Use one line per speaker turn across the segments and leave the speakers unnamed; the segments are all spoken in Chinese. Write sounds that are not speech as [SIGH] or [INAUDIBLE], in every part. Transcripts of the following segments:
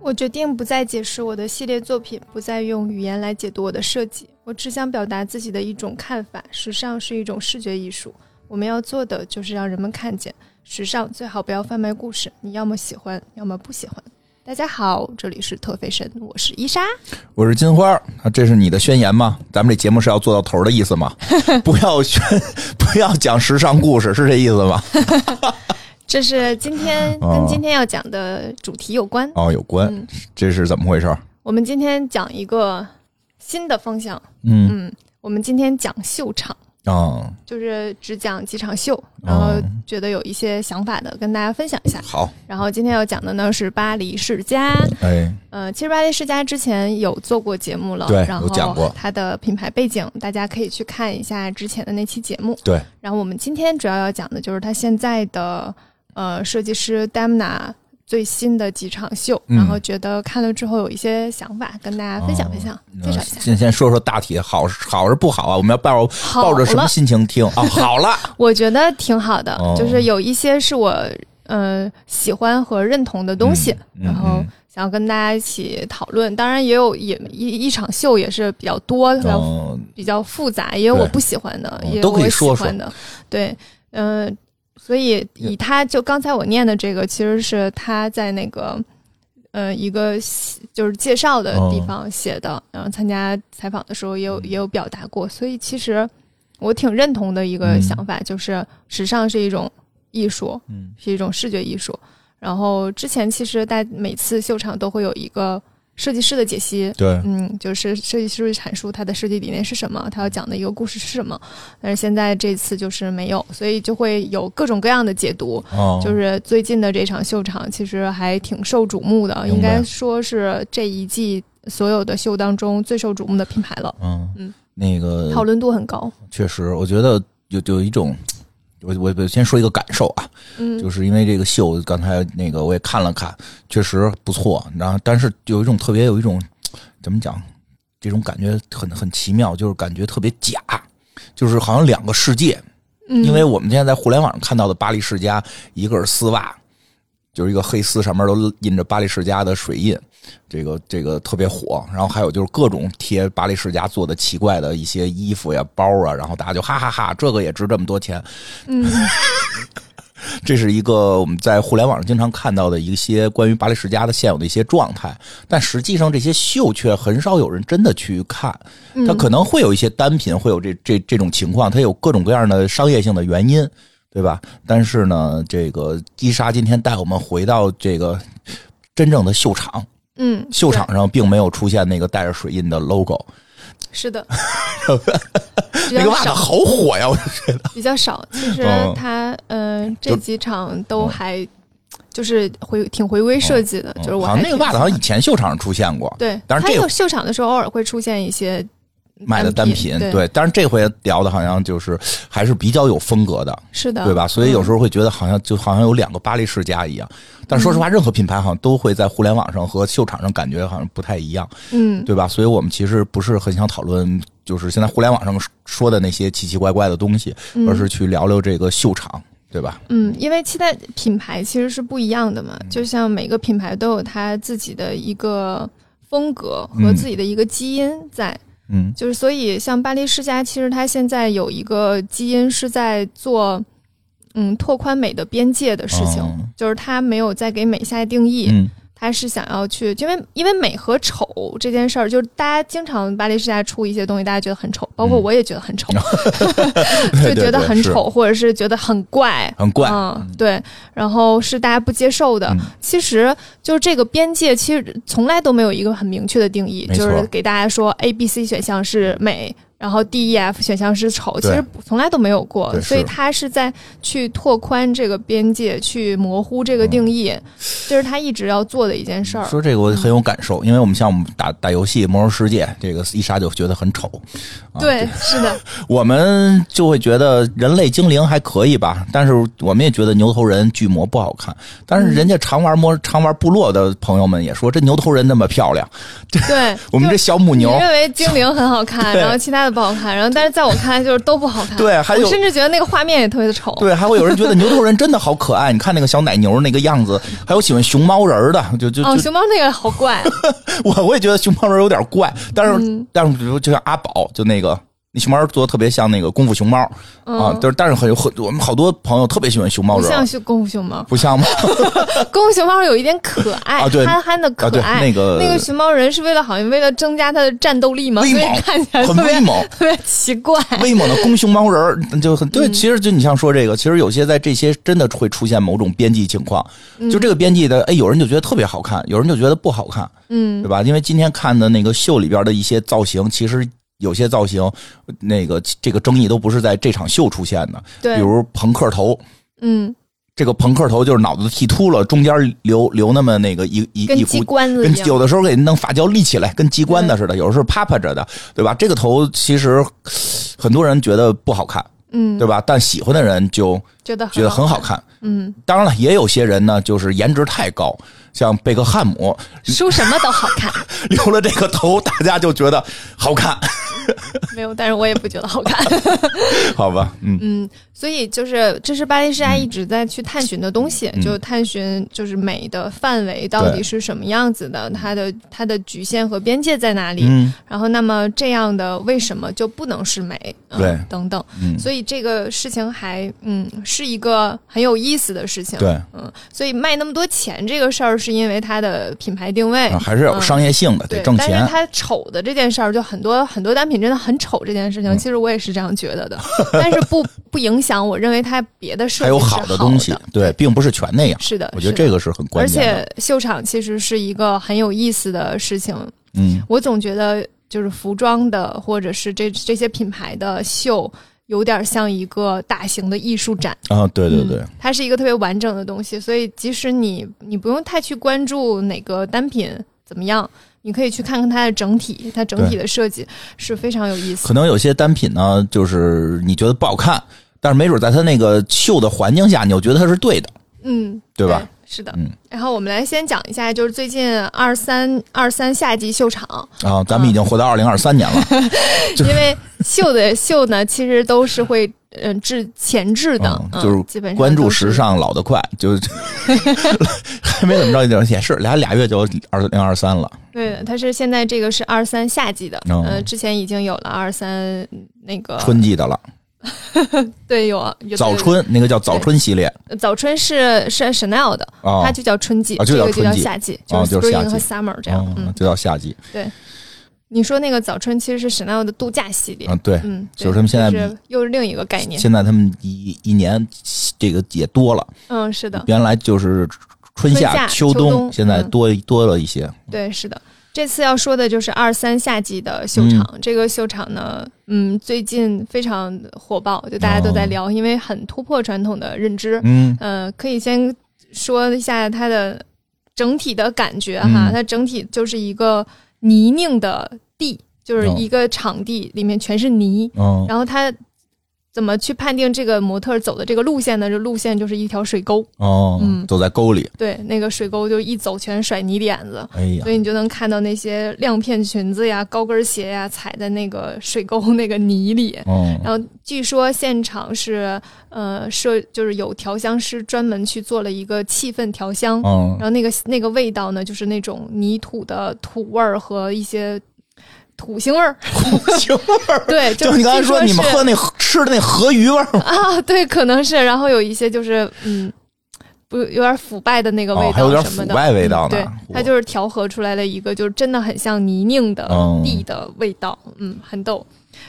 我决定不再解释我的系列作品，不再用语言来解读我的设计。我只想表达自己的一种看法：时尚是一种视觉艺术，我们要做的就是让人们看见。时尚最好不要贩卖故事，你要么喜欢，要么不喜欢。大家好，这里是特费神，我是伊莎。
我是金花儿啊，这是你的宣言吗？咱们这节目是要做到头儿的意
[LAUGHS]
思吗？不要宣，不要讲时尚故事，是这意
[LAUGHS]
思吗？
这是今天
哦
跟今天要讲的主题有关。
哦，有关，
嗯
这是怎么回事？
我们今天讲一个新的方向，
嗯
嗯，我们今天讲秀场，
啊、
就是只讲几场秀，
哦
然后觉得有一些想法的跟大家分享一下。
好，
然后今天要讲的呢是巴黎世家，
哎，
呃，其实巴黎世家之前有做过节目了，
对
然
有讲过
后它的品牌背景大家可以去看一下之前的那期节目。
对，
然后我们今天主要要讲的就是它现在的呃设计师 Damna 最新的几场秀，
嗯
然后觉得看了之后有一些想法，跟大家分享分享，
哦
介绍一下。
呃先先说说大体好好是不好啊？我们要抱
好
抱着什么
了，
心情听啊？好了，
我觉得挺好的，
哦
就是有一些是我呃喜欢和认同的 [LAUGHS] 东西，
嗯
然后想要跟大家一起讨论。当然也有也一一场秀也是比较多，比
嗯
较、
嗯
比较复杂，也有
对
我不喜欢的，
嗯
也有
都可以
我喜
说说
欢的。对，嗯、所以以他就刚才我念的这个，其实是他在那个。呃，一个写就是介绍的地
哦
方写的，然后参加采访的时候也
嗯
有也有表达过，所以其实我挺认同的一个
嗯
想法，就是时尚是一种艺术，
嗯
是一种视觉艺术。然后之前其实大每次秀场都会有一个设计师的解析，
对，
嗯，就是设计师会阐述他的设计理念是什么，他要讲的一个故事是什么。但是现在这次就是没有，所以就会有各种各样的解读。
哦，
嗯就是最近的这场秀场其实还挺受瞩目的，
明白
应该说是这一季所有的秀当中最受瞩目的品牌了，
嗯
嗯
那个
讨论度很高。
确实，我觉得有有一种，我我我先说一个感受啊，
嗯，
就是因为这个秀，刚才那个我也看了看，确实不错。然后，但是有一种特别有一种怎么讲，这种感觉很很奇妙，就是感觉特别假，就是好像两个世界。
嗯
因为我们现在在互联网上看到的巴黎世家，一个是丝袜，就是一个黑丝，上面都印着巴黎世家的水印，这个这个特别火。然后还有就是各种贴巴黎世家做的奇怪的一些衣服呀、包啊，然后大家就哈哈哈这个也值这么多钱。
嗯，
[LAUGHS] 这是一个我们在互联网上经常看到的一些关于巴黎世家的现有的一些状态，但实际上这些秀却很少有人真的去看。
嗯
它可能会有一些单品会有这这这种情况，它有各种各样的商业性的原因，对吧？但是呢，这个伊莎今天带我们回到这个真正的秀场，
嗯，
秀场上并没有出现那个带着水印的 logo，
是
[LAUGHS]
的，比
那
较
个袜子
少。
好火呀！我
比较少。其实
嗯
他嗯、呃，这
就哦
几场都还就是回挺回归设计的，就是我
好
还
像那个
挺
袜子好像以前秀场上出现过，
对，
但是
他
这
有秀场的时候偶尔会出现一些
卖的单品，
对，
对，但是这回聊的好像就是还是比较有风格的，
是的，
对吧？所以有时
候、
候会觉得好像就好像有两个巴黎世家一样，但说实
嗯
话，任何品牌好像都会在互联网上和秀场上感觉好像不太一样，
嗯，
对吧？所以我们其实不是很想讨论，就是现在互联网上说的那些奇奇怪怪的东西，而是去聊聊这个秀场，对吧？
嗯，因为期待品牌其实是不一样的嘛，
嗯
就像每个品牌都有它自己的一个风格和
嗯
自己的一个基因在，
嗯
就是所以像巴黎世家，其实它现在有一个基因是在做。嗯，拓宽美的边界的事情，
哦
就是它没有再给美下定义，
嗯
他是想要去，因为因为美和丑这件事儿，就是大家经常巴黎世家出一些东西，大家觉得很丑，包括
嗯
我也觉得很丑，
[LAUGHS]
[LAUGHS]
对
就觉得
对
很
是
丑，或者是觉得很怪。
很怪，
嗯，对，然后是大家不接受的。
嗯
其实就是这个边界，其实从来都没有一个很明确的定义，
没
就
错嗯
是给大家说 A、B、C 选项是美，然后 D、E、F 选项是丑，其
对
实不从来都没有过。
对
所以
是
他是在去拓宽这个边界，去模糊这个
嗯
定义，这是他一直要做的一件事儿。嗯
说这个我很有感受，因为我们像我们打打游戏《魔兽世界》，这个伊莎就觉得很丑，啊
对，是的，
我们就会觉得人类精灵还可以吧，但是我们也觉得牛头人巨魔不好看。但是人家常玩
嗯
魔、常玩部落的朋友们也说，这牛头人那么漂亮，
对
[LAUGHS] 我们这小母
你
牛，
认为精灵很好看，
对
然后其他的不好看，然后但是在我看来就是都不好看。
对还有
我甚至觉得那个画面也特别的丑。
对，还会有人觉得牛头人真的好可爱。你看那个小奶牛那个样子，还有喜欢熊猫人的，就就
哦，
就
熊猫那个好怪，
[LAUGHS] 我我也觉得熊猫人有点怪，但是、
嗯
但是比如就像阿宝，就那个那熊猫人做的特别像那个功夫熊猫啊，
嗯，
就是但是很有很我们好多朋友特别喜欢熊猫
不
人，
像熊功夫熊猫，
不像吗？
[LAUGHS] 功夫熊猫有一点可爱，
啊对
憨憨的
啊，
可
对，
爱。
那个
那个熊猫人是为了好像为了增加它的战斗力嘛，
威
所以
猛
看起来特
很威
别
猛，
特别奇怪。
威猛的公熊猫人儿就很对。其实就你像说这个，其实有些在这些真的会出现某种编辑情况，
嗯
就这个编辑的，哎，有人就觉得特别好看，有人就觉得不好看，
嗯
对吧？因为今天看的那个秀里边的一些造型，其实。有些造型，那个这个争议都不是在这场秀出现的，
对
比如朋克头，
嗯，
这个朋克头就是脑子剃秃了，中间留留那么那个一一
跟
一
鸡
股
冠子
跟
一样。
有的时候给弄发胶立起来，跟机关的似的，有的时候啪啪着的，对吧？这个头其实很多人觉得不好看，
嗯，
对吧？但喜欢的人就
觉得
觉得很好
好。
看。
嗯，
当然了，也有些人呢，就是颜值太高，像贝克汉姆
梳什么都好看，
留了这个头，大家就觉得好看，
没有，但是我也不觉得好看。 [LAUGHS]
好吧？嗯，
嗯，所以就是这是巴黎世家一直在去探寻的东西，
嗯
就探寻就是美的范围到底
对
是什么样子的，它的它的局限和边界在哪里？
嗯
然后，那么这样的为什么就不能是美？嗯
对
等等。
嗯，
所以这个事情还嗯是一个很有意思的事情。
对，
嗯，所以卖那么多钱这个事儿，是因为它的品牌定位。
啊还是有商业性的，
嗯对
得，挣
但
钱
是。它丑的这件事儿，就很多很多单品真的很丑这件事情，其实我也是这样觉
[LAUGHS]
得的，但是不不影响我认为它别的设计
还有
是
好
好的
东西，对，，并不是全那样。
是的，
我觉得
是的
这个是很关
而
键的。
且秀场其实是一个很有意思的事情，
嗯，
我总觉得就是服装的或者是这这些品牌的秀，有点像一个大型的艺术展。
啊，对对对
嗯，它是一个特别完整的东西，所以即使你你不用太去关注哪个单品怎么样，你可以去看看它的整体，它整体的设计是非常有意思
可。能有些单品呢，就是你觉得不好看，但是没准在它那个秀的环境下，你又觉得它是对的，
嗯，
对吧？
是的，
嗯
然后我们来先讲一下，就是最近二三二三夏季秀场，
啊，咱们已经活到二零二
[LAUGHS]
三年了，就
因为秀的秀呢，其实都是会嗯制前置的，
嗯
嗯
就是
基本上
关注
都是
时尚老得快，就 [LAUGHS] 还没怎么着，也也是俩俩月就二零二三了。
对的，它是现在这个是二三夏季的，
哦
呃，之前已经有了二三那个
春季的了，
啊对有啊有
早春那个叫早春系列
对早春是是 Chanel 的，
啊
它，就叫春季，
啊
这
就叫
个就
春
叫
季
夏季，
哦
是
就是夏
Spring 和
季
Summer 这样。
哦
嗯，
就叫夏季
你说那个早春其实是 Chanel 的度假系列，
啊，对，
嗯，对
就是他们现在
就是又是另一个概念，
现在他们一一年这个也多了，
嗯，是的，
原来就是
春
春
夏
夏秋
秋冬
现在
嗯
多多了一些，
对，是的。这次要说的就是二三夏季的
嗯
秀场，这个秀场呢，嗯，最近非常火爆，就大家都在
哦
聊，因为很突破传统的认知，
嗯
呃，可以先说一下它的整体的感觉哈，
嗯
它整体就是一个泥泞的地，
哦
就是一个场地里面全是泥，
嗯，
然后它。怎么去判定这个模特走的这个路线呢？这路线就是一条水沟，
哦，
嗯
走在沟里，
对，那个水沟就一走全甩泥点子，
哎呀
所，以你就能看到那些亮片裙子呀、高跟鞋呀踩在那个水沟那个泥里。
嗯，
然后据说现场是呃设就是有调香师专门去做了一个气氛调香，
嗯
然，后那个那个味道呢，就是那种泥土的土味儿和一些土腥味儿。
腥味儿，
对，
[LAUGHS] 就是你刚才
据
说
说
你们
是
喝那吃的那河鱼味儿吗，
啊，对，可能是。然后有一些就是嗯，不有点腐败的那个味
哦还有
道
点
什么
腐
的。嗯
败味道呢
对，，它就是调和出来了一个，就是真的很像泥泞的
哦
地的味道，嗯，很逗。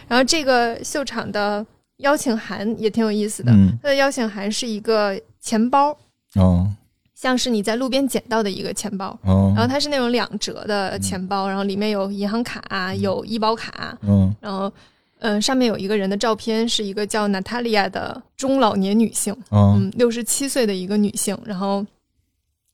然后这个秀场的邀请函也挺有意思的，
嗯
它的邀请函是一个钱包，
嗯
像是你在路边捡到的一个钱包，
嗯，
然后它是那种两折的钱包，然后里面有银行卡、有医保卡，
嗯
然后嗯、呃上面有一个人的照片，是一个叫娜塔莉亚的中老年女性。
嗯
嗯，六十七岁的一个女性，然后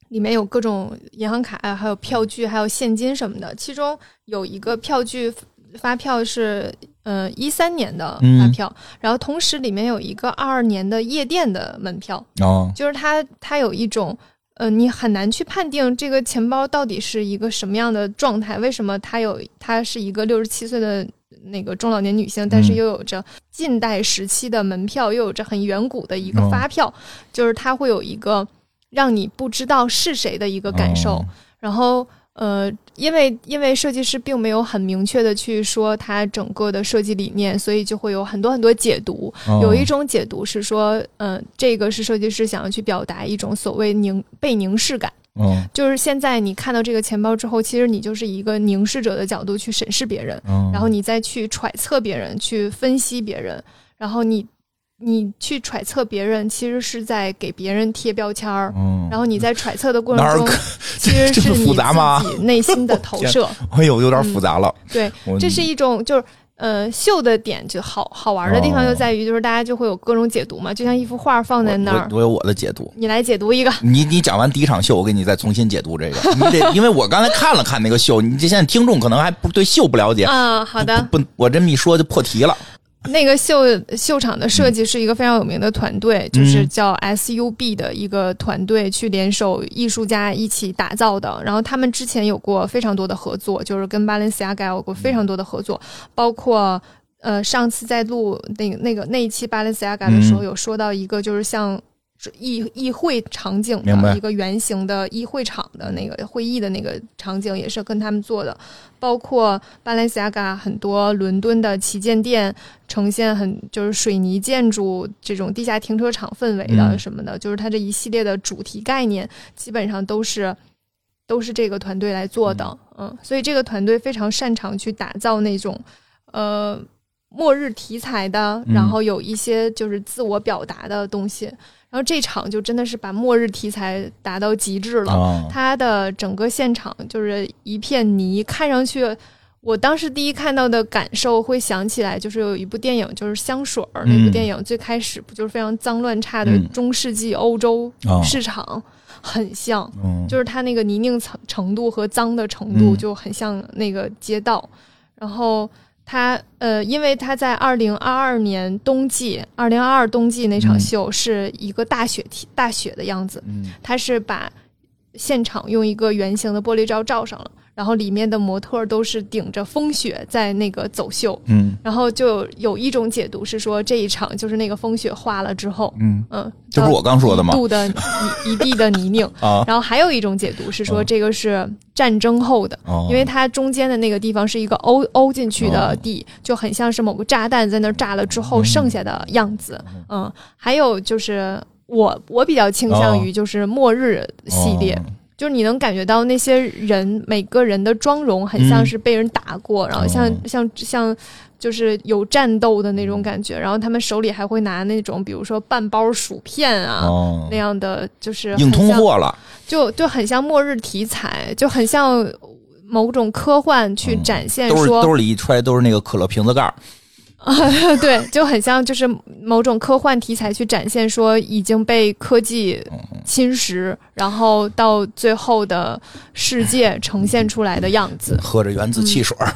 里面有各种银行卡，还有票据，还有现金什么的。其中有一个票据发票是呃一三年的发
嗯
票，然后同时里面有一个二二年的夜店的门票，
哦
就是它它有一种。呃，你很难去判定这个钱包到底是一个什么样的状态。为什么它有它是一个六十七岁的那个中老年女性，但是
嗯
又有着近代时期的门票，又有着很远古的一个
哦
发票，就是它会有一个让你不知道是谁的一个感受。
哦
然后呃，因为因为设计师并没有很明确的去说他整个的设计理念，所以就会有很多很多解读。
哦
有一种解读是说，嗯、这个是设计师想要去表达一种所谓凝被凝视感，
嗯
就是现在你看到这个钱包之后，其实你就是一个凝视者的角度去审视别人，
嗯，
然后你再去揣测别人，去分析别人，然后你你去揣测别人，其实是在给别人贴标签儿。
嗯，
然后你在揣测的过程
哪儿
中，
可
其实
这
是
么
你
复杂吗
自己内心的
[LAUGHS]
投射。
哎呦，有点复杂了。
对，
我
这是一种就是呃秀的点，就好好玩的地
哦
方就在于，就是大家就会有各种解读嘛，就像一幅画放在那儿
我，我我有我的解读。
你来解读一个，
你你讲完第一场秀，我给你再重新解读这个。
[LAUGHS]
你得，因为我刚才看了看那个秀，你这现在听众可能还不对秀不了解。
嗯，好的。
不，不我这么一说就破题了。
[LAUGHS] 那个秀秀场的设计是一个非常有名的团队，
嗯
就是叫 SUB 的一个团队去联手艺术家一起打造的。然后他们之前有过非常多的合作，就是跟 Balenciaga 有过非常多的合作，包括。呃，上次在录那个那个那一期 Balenciaga 的时候，
嗯
有说到一个就是像议议会场景
明白
的一个圆形的议会场的那个会议的那个场景，也是跟他们做的，包括 Balenciaga 很多伦敦的旗舰店，呈现很就是水泥建筑这种地下停车场氛围的
嗯
什么的，就是它这一系列的主题概念基本上都是都是这个团队来做的，嗯所以这个团队非常擅长去打造那种呃末日题材的，
嗯
然后有一些就是自我表达的东西，然后这场就真的是把末日题材达到极致了，
啊，
它的整个现场就是一片泥，看上去，我当时第一看到的感受会想起来，就是有一部电影，就是《香水儿》那
嗯
部电影，最开始不就是非常脏乱差的
嗯
中世纪欧洲
啊
市场，很像，
嗯，
就是它那个泥泞程程度和脏的程度
嗯
就很像那个街道，然后。它呃，因为它在二零二二年冬季，二零二二冬季那场
嗯
秀是一个大雪天、大雪的样子，
嗯
它是把现场用一个圆形的玻璃罩罩上了，然后里面的模特儿都是顶着风雪在那个走秀，
嗯
然后就有一种解读是说这一场就是那个风雪化了之后，
嗯，
嗯，
这不是我刚说的吗
一？度
[LAUGHS]
的一一地的泥泞。[LAUGHS]
啊，
然后还有一种解读是说
嗯
这个是战争后的，
哦
因为它中间的那个地方是一个凹凹进去的地，就很像是某个炸弹在那儿炸了之后
嗯
剩下的样子。嗯，还有就是我我比较倾向于就是末日系列，
哦
就是你能感觉到那些人每个人的妆容很像
嗯
是被人打过，然后像、
哦
像像就是有战斗的那种
嗯
感觉，然后他们手里还会拿那种比如说半包薯片啊。
哦
那样的就是
硬
很
通
像
货了，
就就很像末日题材，就很像某种科幻去展现
兜
说，
兜里一揣嗯都是那个可乐瓶子盖儿。
[LAUGHS] 对，就很像就是某种科幻题材去展现说已经被科技
嗯
侵蚀，然后到最后的世界呈现出来的样子。
喝着原子汽水。儿，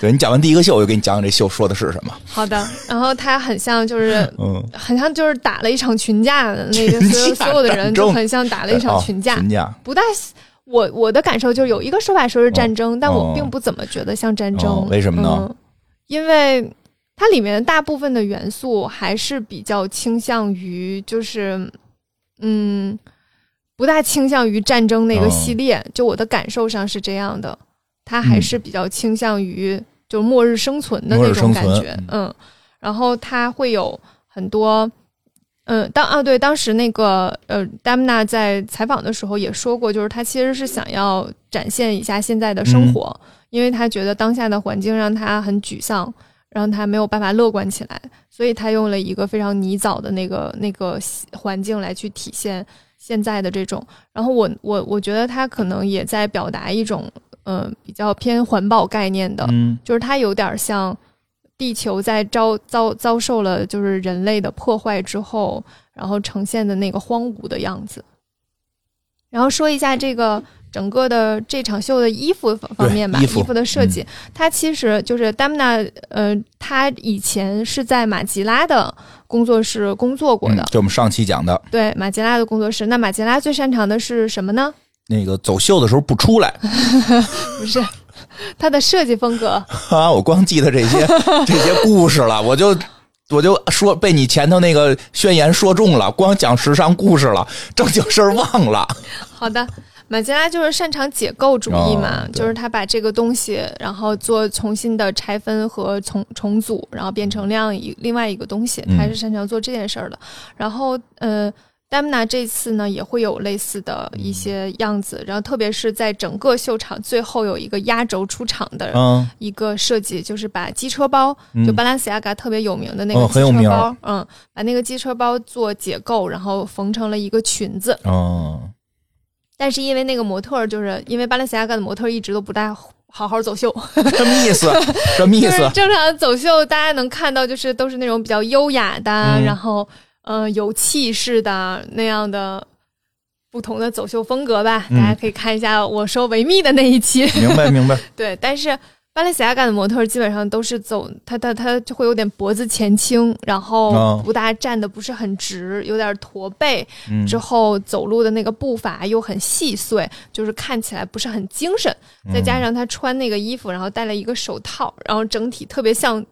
对你讲完第一个秀，我就给你讲讲这秀说的是什么。
好的，然后它很像
[LAUGHS]
就是。
嗯，
很像就是打了一场群架的那个
群架
所有所有的人
战
就
争
很像打了一场群架，
哦群架，
不但是我我的感受就是有一个说法说是战争，但我
哦
并不怎么觉得像战争。
哦为什么呢
嗯因为它里面大部分的元素还是比较倾向于就是嗯。不大倾向于战争
哦
那个系列，就我的感受上是这样的，它还是比较倾向于就末日生存的那种感
嗯末日生
觉，嗯，然后它会有很多，嗯，当啊对，当时那个呃，Damna 在采访的时候也说过，就是他其实是想要展现一下现在的生活，因为他觉得当下的环境让他很沮丧，让他没有办法乐观起来，所以他用了一个非常泥沼的那个那个环境来去体现现在的这种。然后我我我觉得他可能也在表达一种呃比较偏环保概念的，
嗯
就是它有点像地球在遭遭遭受了就是人类的破坏之后，然后呈现的那个荒芜的样子。然后说一下这个整个的这场秀的衣服方方面吧，
对
衣
衣服嗯
的设计，它其实就是 Damna，呃，他以前是在马吉拉的工作室工作过的，
嗯就我们上期讲的
对马吉拉的工作室。那马吉拉最擅长的是什么呢？
那个走秀的时候不出来 [LAUGHS]
不是 [LAUGHS] 他的设计风格， [LAUGHS]
啊，我光记得这些这些故事了，我就。我就说被你前头那个宣言说中了，光讲时尚故事了，正经事儿忘了。
好的，马吉拉就是擅长解构主义嘛，
哦对
就是他把这个东西，然后做重新的拆分和重重组，然后变成那样一另外一个东西，
嗯
他是擅长做这件事儿的。然后，呃。戴姆娜这次呢也会有类似的一些
嗯
样子，然后特别是在整个秀场最后有一个压轴出场的
嗯，
一个设计，就是把机车包，
嗯
就巴兰西亚嘎特别有名的那个
哦
机
很有
车
名
包，嗯，把那个机车包做解构，然后缝成了一个裙子，
哦，
但是因为那个模特儿，就是因为巴伦西亚干的模特儿一直都不大好好走秀，
什么意思？
[LAUGHS]
什 [LAUGHS] 么意
就是
思？
正常走秀大家能看到，就是都是那种比较优雅的，啊
嗯
然后呃有气势的那样的不同的走秀风格吧。
嗯
大家可以看一下我说维密的那一期， [LAUGHS]
明白明白。
对，但是。巴伦西亚干的模特儿基本上都是走，他他他就会有点脖子前倾，然后
哦
不大站的不是很直，有点驼背，
嗯
之后走路的那个步伐又很细碎，就是看起来不是很精神。再加上他穿那个衣服，然后戴了一个手套，然后整体特别像，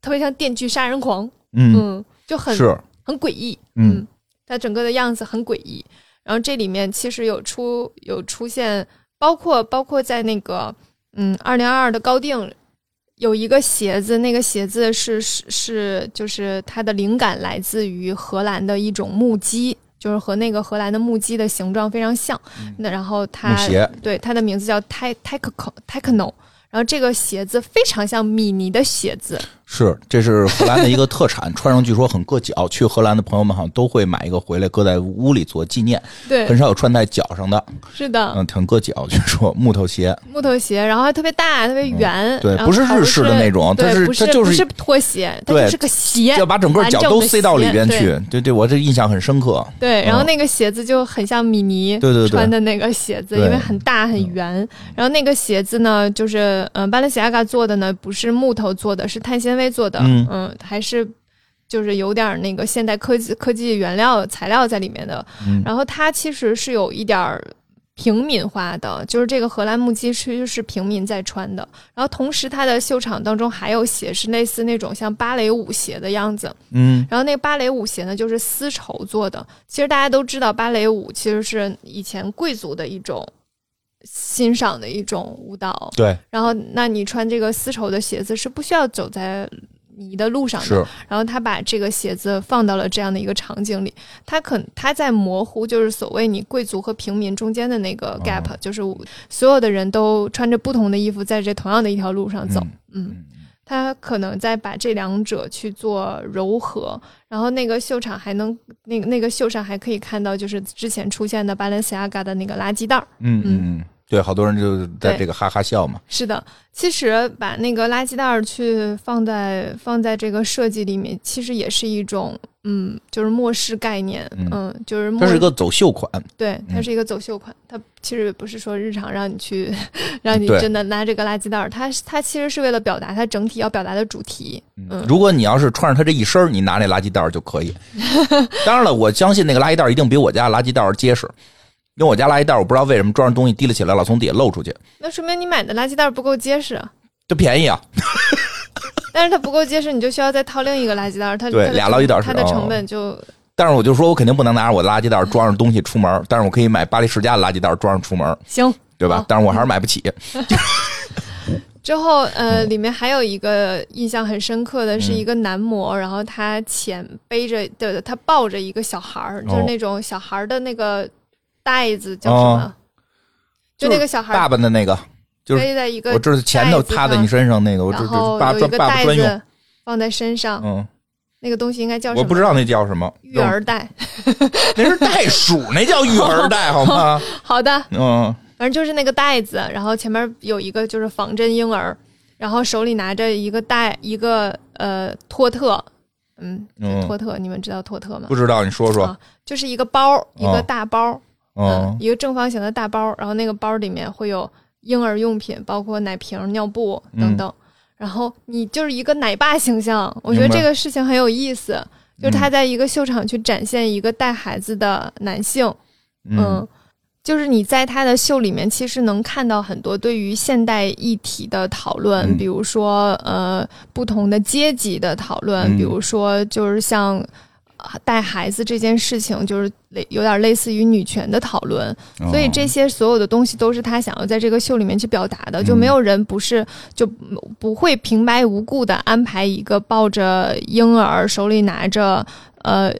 特别像电锯杀人狂，
嗯，
嗯，就很
是
很诡异，
嗯
他整个的样子很诡异。然后这里面其实有出有出现，包括包括在那个嗯二零二二的高定。有一个鞋子，那个鞋子是是是，就是它的灵感来自于荷兰的一种木屐，就是和那个荷兰的木屐的形状非常像。那然后它
嗯木鞋
对它的名字叫 Te- Techno Techno，然后这个鞋子非常像米妮的鞋子，
是，这是荷兰的一个特产，穿上据说很硌脚。去荷兰的朋友们好像都会买一个回来搁在屋里做纪念，
对
很，少有穿在脚上的，
是的，
嗯，挺硌脚。据说木头鞋，
木头鞋，然后还特别大，特别圆，
嗯对
然，后
不是
它
日式的那种，它
对，不
它就
不
是
是拖鞋，它
对
就是个鞋，
要把整个脚都塞到里边
完整
去。对对，我这印象很深刻。
对，然后那个鞋子就很像米妮
嗯对对对
穿的那个鞋子，
对嗯
因为很大很圆。然后那个鞋子呢，就是嗯，巴伦西亚嘎做的呢，不是木头做的，是碳纤维做的，
嗯
还是。就是有点那个现代科技科技原料材料在里面的，
嗯
然后它其实是有一点儿平民化的，就是这个荷兰木屐是是平民在穿的。然后同时它的秀场当中还有鞋是类似那种像芭蕾舞鞋的样子，
嗯
然后那个芭蕾舞鞋呢，就是丝绸做的。其实大家都知道，芭蕾舞其实是以前贵族的一种欣赏的一种舞蹈。
对，
然后，那你穿这个丝绸的鞋子是不需要走在泥的路上的。
是，
然后他把这个鞋子放到了这样的一个场景里，他可他在模糊，就是所谓你贵族和平民中间的那个 gap，、就是所有的人都穿着不同的衣服，在这同样的一条路上走。
嗯
嗯，他可能在把这两者去做柔和，然后那个秀场还能那个那个秀上还可以看到，就是之前出现的 Balenciaga 的那个垃圾袋儿。
嗯嗯嗯，对，好多人就在
对
这个哈哈笑嘛。
是的，其实把那个垃圾袋儿去放在放在这个设计里面，其实也是一种嗯，就是漠视概念，
嗯
嗯，就是漠
这是一个走秀款，
对，它
嗯
是一个走秀款，它其实不是说日常让你去 [LAUGHS] 让你
对
真的拿这个垃圾袋儿，它它其实是为了表达它整体要表达的主题，嗯
如果你要是穿上它这一身儿，你拿那垃圾袋儿就
[LAUGHS]
可以。当然了，我相信那个垃圾袋儿一定比我家垃圾袋儿结实，因为我家垃圾袋儿我不知道为什么装上东西提了起来老从底下漏出去，
那说明你买的垃圾袋儿不够结实，
这便宜啊。
但是它不够结实，你就需要再套另一个垃圾袋儿。它
对
它的
俩垃圾袋儿是
它的
哦
成本就
但是我就说我肯定不能拿着我的垃圾袋儿装上东西出门儿，但是我可以买巴黎世家的垃圾袋儿装上出门儿，
行。
对吧
哦？
但是我还是买不起。
之后，呃，
嗯
里面还有一个印象很深刻的是一个男模，然后他前背着的，他抱着一个小孩儿，就是
哦
那种小孩儿的那个袋子叫什么？
哦
[LAUGHS] 就那个小孩
爸
儿
爸的那个，就是
背在一个
我，这是前头
袋子
趴在
上
你身上那个，我这
然
这
后
是爸
有一个
爸爸
袋
专用。
子放在身上，
嗯，
那个东西应该叫什么？
我不知道那叫什么，
育儿袋。
[LAUGHS] 那是袋鼠，那叫育儿袋好
[LAUGHS]
吗？
好的，
嗯，
反正就是那个袋子，然后前面有一个就是仿真婴儿，然后手里拿着一个袋，一个呃托特，嗯，
嗯
托特，你们知道托特吗
不？知道你说说
啊。就是一个包，一个大包，嗯
嗯，
一个正方形的大包，然后那个包里面会有婴儿用品，包括奶瓶、尿布等
嗯
等。然后你就是一个奶爸形象，我觉得
明白嗯
这个事情很有意思，就是他在一个秀场去展现一个带孩子的男性，
嗯，
就是你在他的秀里面，其实能看到很多对于现代议题的讨论，
嗯
比如说呃不同的阶级的讨论，
嗯
比如说就是像呃带孩子这件事情，就是类有点类似于女权的讨论。嗯
哦
所以这些所有的东西都是他想要在这个秀里面去表达
嗯
的，就没有人不是就不会平白无故的安排一个抱着婴儿手里拿着呃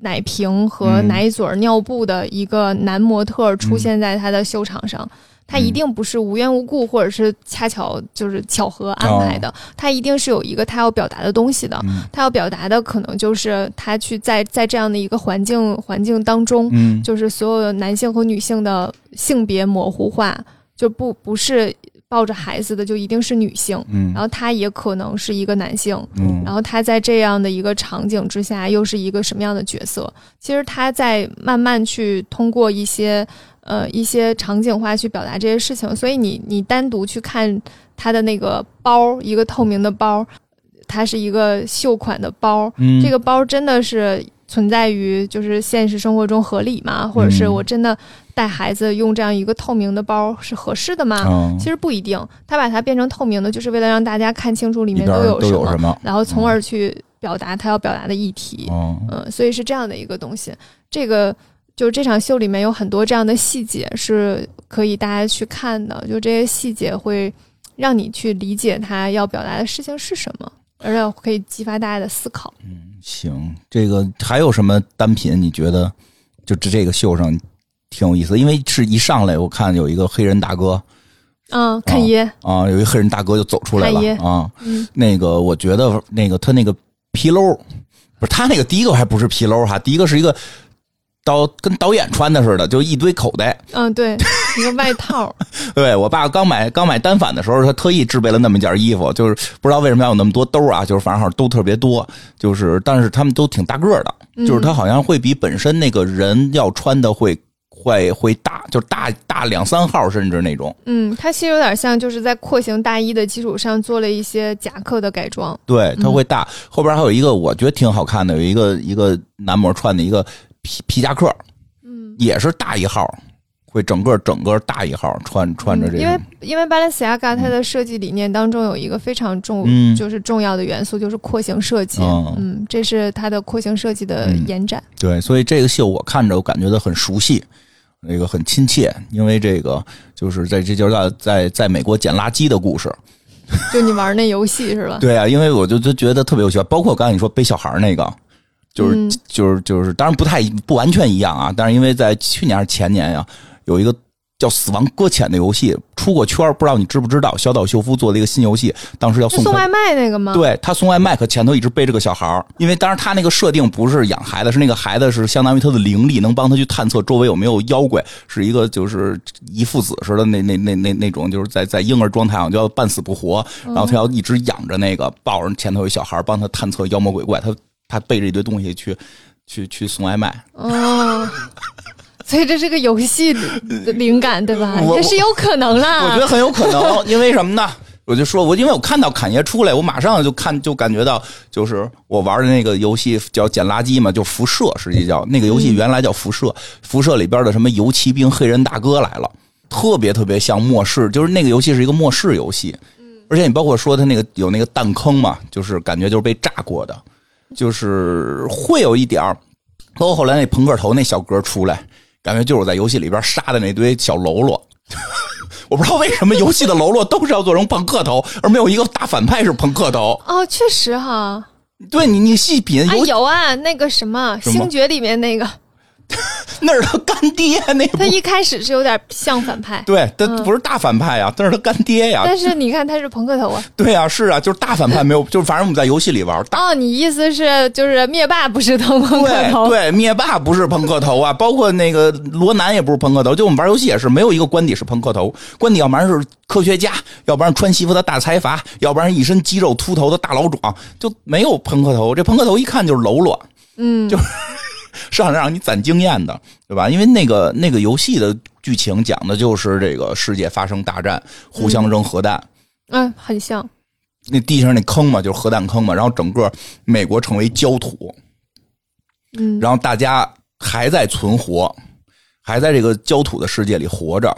奶瓶和
嗯
奶嘴儿尿布的一个男模特儿出现在他的秀场上。
嗯
他一定不是无缘无故，或者是恰巧就是巧合安排的，他一定是有一个他要表达的东西的。
哦嗯
他要表达的可能就是他去在在这样的一个环境环境当中，
嗯
就是所有的男性和女性的性别模糊化，就不不是抱着孩子的就一定是女性，
嗯
然后他也可能是一个男性，
嗯
然后他在这样的一个场景之下又是一个什么样的角色？其实他在慢慢去通过一些呃一些场景化去表达这些事情，所以你你单独去看他的那个包，一个透明的包，它是一个秀款的包，
嗯
这个包真的是存在于就是现实生活中合理吗？
嗯
或者是我真的带孩子用这样一个透明的包是合适的吗？
嗯
其实不一定，他把它变成透明的，就是为了让大家看清楚里
里
面
边
有
都
什
有
么，
什么？
然后从而去表达他要表达的议题。
嗯
嗯，所以是这样的一个东西。这个就这场秀里面有很多这样的细节是可以大家去看的，就这些细节会让你去理解他要表达的事情是什么，而且可以激发大家的思考。
行，这个还有什么单品？你觉得就这这个秀上挺有意思的？因为是一上来我看有一个黑人大哥
嗯，肯爷，
啊，有一个黑人大哥就走出来
太爷
了啊。
嗯
那个我觉得那个他那个皮褛，不是他那个第一个还不是皮褛哈，第一个是一个导跟导演穿的似的，就一堆口袋。
嗯，对，一个外套， [LAUGHS]
对我爸刚买刚买单反的时候，他特意制备了那么一件衣服，就是不知道为什么要有那么多兜啊，就是反正好像兜特别多，就是但是他们都挺大个儿的，就是他好像会比本身那个人要穿的会会会大，就是大大两三号甚至那种。
嗯，它其实有点像就是在廓形大衣的基础上做了一些夹克的改装，
对，它会大。后边还有一个我觉得挺好看的，有一个一个男模穿的一个皮皮夹克，嗯，也是大一号，会整个整个大一号穿穿着这
因为
个，
因为 Balenciaga 它的设计理念当中有一个非常重、
嗯
就是重要的元素就是廓形设计，
哦
嗯，这是它的廓形设计的
嗯 [LAUGHS]
延展，
对，所以这个秀我看着我感觉到很熟悉。那个很亲切，因为这个就是在这就是在在在美国捡垃圾的故事，
啊就你玩那游戏是吧？
对啊，因为我就就觉得特别有趣，包括刚才你说背小孩儿那个，就是、
嗯
就是就是，当然不太不完全一样啊，但是因为在去年还是前年呀、有一个叫《死亡搁浅》的游戏出过圈儿，不知道你知不知道？小岛秀夫做的一个新游戏，当时要
是
送
送
他
外卖那个吗？，
对他送外卖，可前头一直背着个小孩儿，因为当然他那个设定不是养孩子，是那个孩子是相当于他的灵力，能帮他去探测周围有没有妖怪，是一个就是一父子似的那那那那那种，就是在在婴儿状态上就要半死不活，然后他要一直养着那个 [LAUGHS] 抱着前头有一小孩儿帮他探测妖魔鬼怪，他他背着一堆东西去去去送外卖，
哦。 [LAUGHS] 所以这是个游戏的灵感，对吧？
我
这是有可能啦。
我觉得很有可能，因为什么呢？嗯 [LAUGHS] 我就说，我因为我看到侃爷出来，我马上就看就感觉到，就是我玩的那个游戏叫捡垃圾嘛，就辐射，实际叫那个游戏原来叫辐射，辐射里边的什么游骑兵、黑人大哥来了，特别特别像末世，就是那个游戏是一个末世游戏，而且你包括说他那个有那个弹坑嘛，就是感觉就是被炸过的，就是会有一点儿，包括后来那朋克头那小哥出来，感觉就是我在游戏里边杀的那堆小喽啰。我不知道为什么游戏的喽啰都是要做成朋克头，而没有一个大反派是朋克头。
哦，确实哈，
对你，你细品，
啊
游、
有啊，那个什么《
什么
星爵》里面那个，
那是他干爹那部
他，一开始是有点像反派，
对他
嗯
不是大反派呀、啊但是他干爹呀、
但是你看他是朋克头啊。
对呀、是啊，就是大反派没有，就是反正我们在游戏里玩大。
哦，你意思是就是灭霸不是腾朋克 [LAUGHS]
对
头？
对，灭霸不是朋克头啊，包括那个罗南也不是朋克头。就我们玩游戏也是，没有一个官邸是朋克头，官邸要不然是科学家，要不然穿西服的大财阀，要不然一身肌肉秃头的大老壮，就没有朋克头。这朋克头一看就是喽啰，
嗯，
[LAUGHS] 是想让你攒经验的，对吧？因为那个那个游戏的剧情讲的就是这个世界发生大战，互相扔核弹。
嗯，很像。
那地上那坑嘛，就是核弹坑嘛，然后整个美国成为焦土，
嗯
然后大家还在存活，还在这个焦土的世界里活着。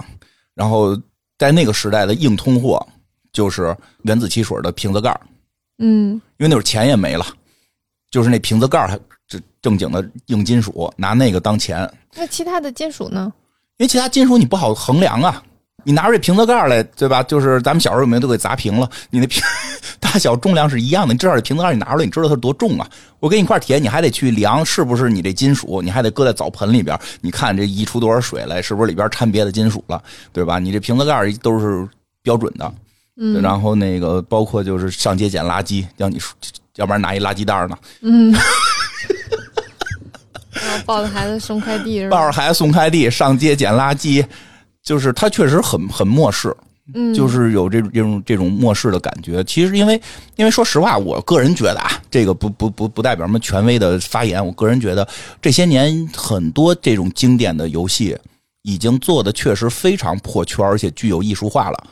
然后在那个时代的硬通货就是原子汽水的瓶子盖儿
嗯
因为那会儿钱也没了，就是那瓶子盖儿还正正经的硬金属，拿那个当钱。
那其他的金属呢？
[LAUGHS] 因为其他金属你不好衡量啊。你拿出这瓶子盖儿来，对吧？就是咱们小时候有没有都给砸平了？你那瓶大小重量是一样的，你至少这瓶子盖儿你拿出来，你知道它多重啊？我给你一块铁，你还得去量是不是你这金属，你还得搁在澡盆里边儿，你看这溢出多少水来，是不是里边儿掺别的金属了，对吧？你这瓶子盖儿都是标准的，嗯，然后那个包括就是上街捡垃圾，让你说要不然拿一垃圾袋儿呢，
然后抱着孩子送快递是
抱
吧？
着孩子送快递，上街捡垃圾，就是他确实很很漠视，
嗯
就是有这种这种这种漠视的感觉。其实因为因为说实话，我个人觉得啊，这个不不不不代表什么权威的发言，我个人觉得这些年很多这种经典的游戏已经做的确实非常破圈，而且具有艺术化了。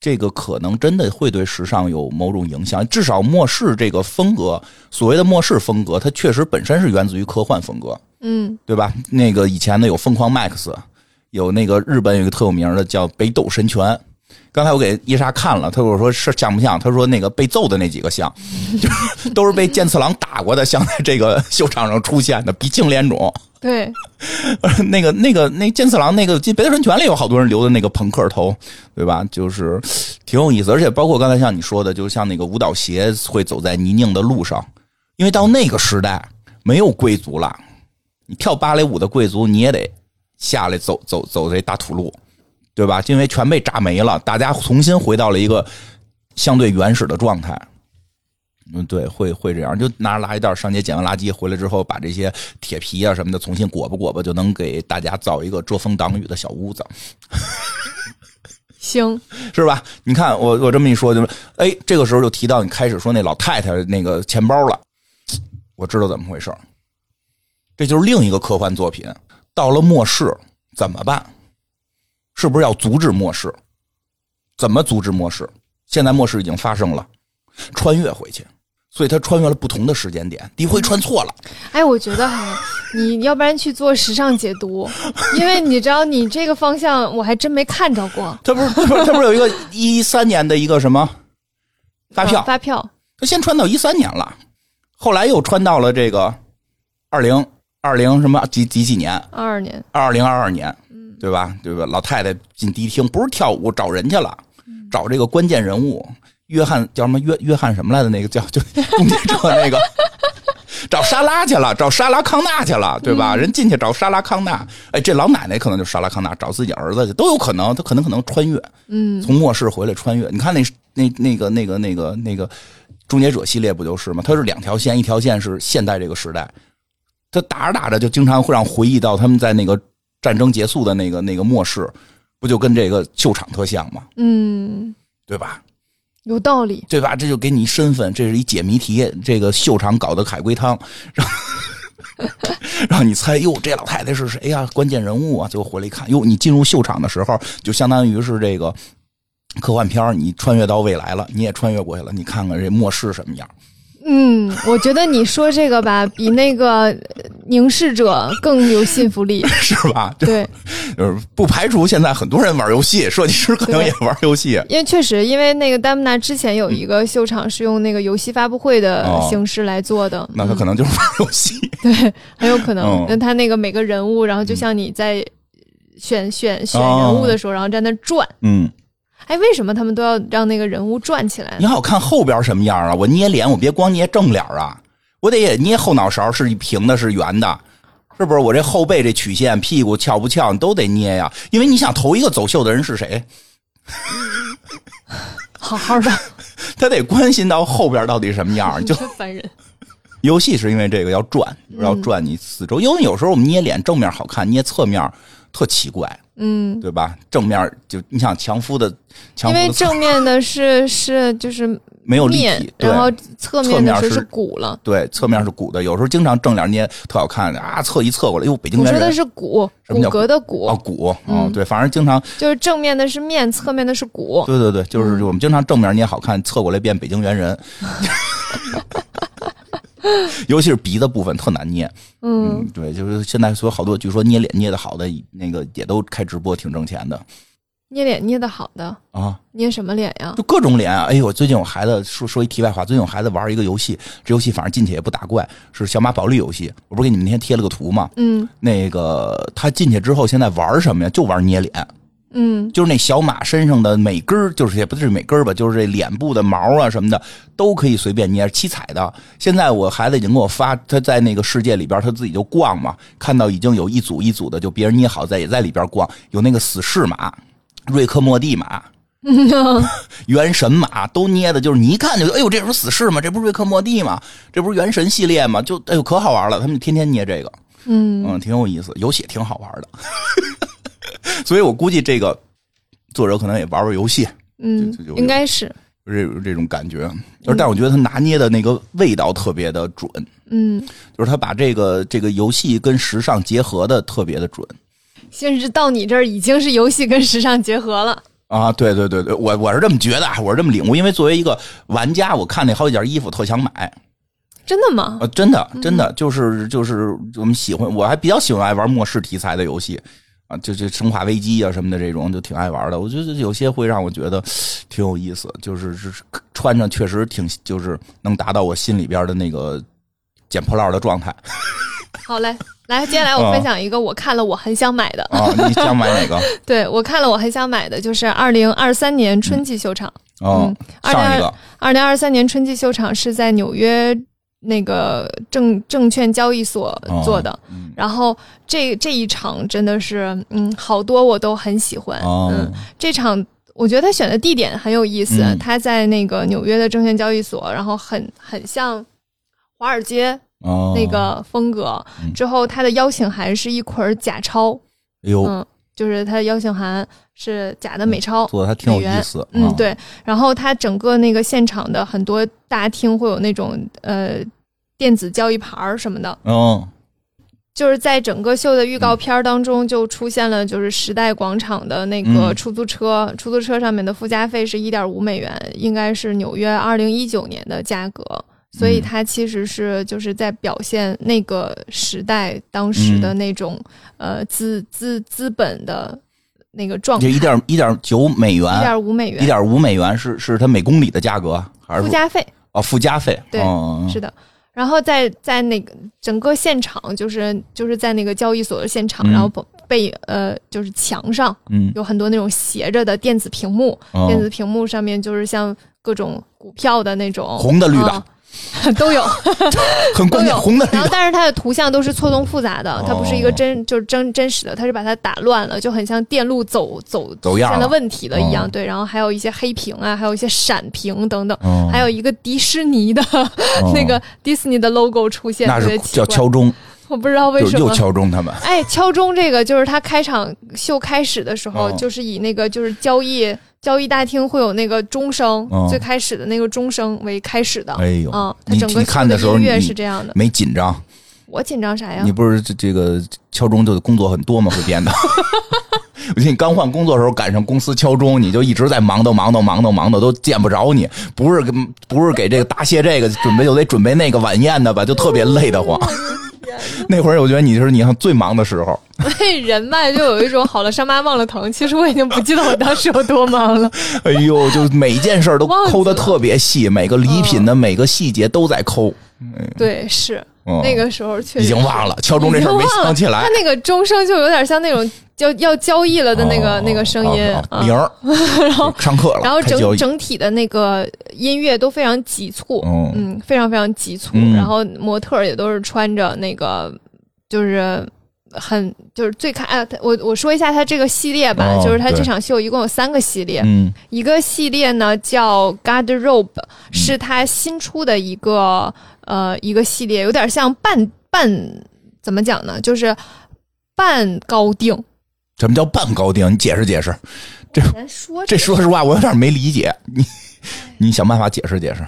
这个可能真的会对时尚有某种影响，至少末世这个风格，所谓的末世风格，它确实本身是源自于科幻风格。
嗯
对吧？那个以前的有疯狂 Max，有那个日本有一个特有名的叫北斗神拳。刚才我给伊莎看了，她跟我说是像不像？她说那个被揍的那几个像，就是都是被剑次郎打过的，像在这个秀场上出现的，鼻青脸肿。
对，
那个、那个、那剑次郎那个《北斗神拳》里有好多人留的那个朋克头，对吧？就是挺有意思，而且包括刚才像你说的，就像那个舞蹈鞋会走在泥泞的路上，因为到那个时代没有贵族了，你跳芭蕾舞的贵族你也得下来走走走这大土路，对吧？因为全被炸没了，大家重新回到了一个相对原始的状态。嗯，对，会会这样，就拿着垃圾袋上街捡完垃圾回来之后，把这些铁皮啊什么的重新裹吧裹吧，就能给大家造一个遮风挡雨的小屋子，
行，
是吧？你看我我这么一说，就是哎，这个时候就提到你开始说那老太太那个钱包了，我知道怎么回事儿这就是另一个科幻作品。到了末世怎么办？是不是要阻止末世？怎么阻止末世？现在末世已经发生了，穿越回去，所以他穿越了不同的时间点，第一回穿错了。
哎，我觉得哈，你要不然去做时尚解
[LAUGHS]
读，因为你知道你这个方向我还真没看着过。
他不是他不是他不是有一个一三年的一个什么发票
啊？发票，
他先穿到一三年了，后来又穿到了这个二零二零什么几几几年，
二二年，
二零二二年，对吧？对吧？老太太进迪厅不是跳舞找人去了，找这个关键人物约翰叫什么约约翰什么来的那个叫就 [LAUGHS] 终结者那个。 [LAUGHS] 找莎拉去了，找莎拉康纳去了，对吧？人进去找莎拉康纳，哎，这老奶奶可能就是莎拉康纳，找自己儿子去都有可能，她可能可能穿越，
嗯，
从末世回来穿越。你看那那那个那个那个那个终结者系列不就是吗？它是两条线，一条线是现代这个时代，它打着打着就经常会让回忆到他们在那个战争结束的那个那个末世，不就跟这个秀场特像吗？
嗯，
对吧？
有道理。
对吧？这就给你身份，这是一解谜题，这个秀场搞的海龟汤， [LAUGHS] 让让你猜，哟，这老太太是谁呀、关键人物啊！最后回来一看，哟，你进入秀场的时候，就相当于是这个科幻片儿你穿越到未来了，你也穿越过去了，你看看这末世什么样？
嗯，我觉得你说这个吧，比那个呃凝视者更有信服
[LAUGHS]
力。
[LAUGHS] 是吧？就
对，
就是不排除现在很多人玩游戏，设计师可能也玩游戏。
因为确实，因为那个丹姆纳之前有一个秀场是用那个游戏发布会的
哦
形式来做的，
那他可能就是玩游戏，
很有可能
嗯。
那、他那个每个人物，然后就像你在选选选人物的
哦
时候，然后在那转。
嗯，
哎，为什么他们都要让那个人物转起来
你
呢？
好看后边什么样啊？我捏脸，我别光捏正脸啊，我得也捏后脑勺是平的，是圆的，是不是？我这后背这曲线、屁股翘不翘，你都得捏呀。因为你想头一个走秀的人是谁，
好好的，
他得关心到后边到底什么样。就
真烦人。
游戏是因为这个要转，
嗯
要转你四周，因为有时候我们捏脸正面好看，捏侧面特奇怪，
嗯，
对吧？正面就你想强夫的，强
因
夫
为
的侧
正面的是是就是
没哦有立
面
体，，对
然后侧面
侧
的
面
时
是
候是鼓了。
对，侧面是鼓的，有时候经常正脸捏特好看啊，侧一侧过来，哟，北京
我
猿
说的
人
是骨，
什
骨
么叫
骼的骨，
啊鼓，
嗯
嗯，对，反正经常，
就是正面的是面，侧面的是骨。
对对对，
[LAUGHS]
就是我们经常正面捏好看，侧过来变北京猿人，尤其是鼻的部分特难捏。
嗯，
嗯，对，就是现在所有好多，据说捏脸捏的好的那个也都开直播，挺挣钱的
捏脸捏的好的，
啊。
捏什么脸呀？
就各种脸啊！哎呦，最近我孩子说说一题外话，最近我孩子玩一个游戏，这游戏反正进去也不打怪，是小马宝莉游戏。我不是给你们那天贴了个图吗？
嗯
那个他进去之后，现在玩什么呀？就玩捏脸，
嗯
就是那小马身上的每根儿，就是也不是每根儿吧，就是这脸部的毛啊什么的，都可以随便捏，七彩的。现在我孩子已经给我发，他在那个世界里边，他自己就逛嘛，看到已经有一组一组的，就别人捏好在也在里边逛，有那个死侍马、瑞克莫蒂马。原神马都捏的，就是你一看就，哎呦，这不是死侍吗？这不是瑞克莫蒂吗？这不是原神系列吗？就哎呦，可好玩了，他们天天捏这个，
嗯，
嗯，挺有意思，游戏也挺好玩的， [LAUGHS] 所以我估计这个作者可能也玩玩游戏，
嗯
就就，
应该是，
这这种感觉，而但我觉得他拿捏的那个味道特别的准，
嗯，
就是他把这个这个游戏跟时尚结合的特别的准。
甚至到你这儿已经是游戏跟时尚结合了。
啊，对对对对，我我是这么觉得啊，我是这么领悟，因为作为一个玩家，我看那好几件衣服特想买，
真的吗？
啊，真的，
嗯
真的，就是就是我们喜欢，我还比较喜欢爱玩末世题材的游戏啊，就就生化危机啊什么的这种，就挺爱玩的。我觉得有些会让我觉得挺有意思，就是是穿上确实挺，就是能达到我心里边的那个捡破烂的状态
好嘞，来，接下来我分享一个我看了我很想买的，
啊。你想买哪个？
对我看了我很想买的就是二零二三年春季秀场。
哦，
嗯
上一个
二零二三年春季秀场是在纽约那个证证券交易所做的，
嗯
然后这这一场真的是，嗯，好多我都很喜欢，
哦
嗯，这场。我觉得他选的地点很有意思，
嗯
他在那个纽约的证券交易所，然后很很像华尔街
哦，
那个风格。
嗯
之后，他的邀请函是一捆儿假钞，
哎呦，
嗯，就是他的邀请函是假的美钞，
嗯做的还挺有意思，
嗯
啊，，
对。然后它整个那个现场的很多大厅会有那种呃电子交易牌儿什么的，
嗯
就是在整个秀的预告片儿当中就出现了，就是时代广场的那个
嗯
出租车，出租车上面的附加费是一点五美元，应该是纽约二零一九年的价格。所以
嗯
它其实是就是在表现那个时代当时
嗯
的那种、呃资资资本的那个状态
这，一点一点九美元，
一点五美元
一点五美元是是它每公里的价格，还是
附
说
加费。
哦附加费？
对
嗯、嗯
是的。然后在在那个整个现场，就是就是在那个交易所的现场，
嗯
然后被呃就是墙上
嗯，
有很多那种斜着的电子屏幕，
嗯
电子屏幕上面就是像各种股票的那种
红的绿的
啊都有，
很
都
关键，
有
红的哦绿
然后
的，
但是它的图像都是错综复杂的，它不是一个真就是真真实的，它是把它打乱了，就很像电路走走
走样
出现了
了
问题了一样。
嗯
对，然后还有一些黑屏啊，还有一些闪屏等等。
嗯
还有一个迪士尼的、
嗯
那个迪士尼的 logo 出现，
那
特别
是
奇怪
叫敲钟，
我不知道 [LAUGHS] 为
就
什
又
么。
敲
[LAUGHS]
钟他们。
哎，敲钟这个就是他开场秀开始的时候，
哦
就是以那个就是交易交易大厅会有那个钟声，
哦
最开始的那个钟声为开始的。
哎呦，
嗯，他
你
整个
你看
秀
的时候
音乐
你
是这样的。
没紧张，
我紧张啥呀
你？不是这这个敲钟就得 [LAUGHS] 工作很多吗？会变的。我记得你刚换工作的时候，赶上公司敲钟，你就一直在忙叨忙叨忙叨忙叨，都见不着你。不是跟不是给这个答谢这个准备，就得准备那个晚宴的吧，就特别累得慌。
哎
[LAUGHS] 那会儿我觉得你就是你像最忙的时候。
对 [LAUGHS] 人脉就有一种好了伤疤忘了疼。其实我已经不记得我当时有多忙
[LAUGHS]
了。
哎呦，就每件事儿都
忘记
抠的
了嗯
特别细，每个礼品的每个细节都在抠。
对，是、
嗯，
那个时候确实
已经忘了敲钟这事儿没想起来
他。那个钟声就有点像那种要要交易了的那个、
哦
那个声音
哦哦
啊
铃儿，然后上课
[LAUGHS]
了，
然后
开交
整
易
整体的那个音乐都非常急促，
嗯
嗯，非常非常急促。
嗯
然后模特儿也都是穿着那个，就是很就是最开，啊、我我说一下它这个系列吧，
哦
就是它这
对
场秀一共有三个系列，
嗯
一个系列呢叫 Garderobe，是它新出的一个呃一个系列，有点像半半怎么讲呢，就是半高定。
什么叫半高定？你解释解释。
难说
这说实话，我有点没理解。你你想办法解释解释。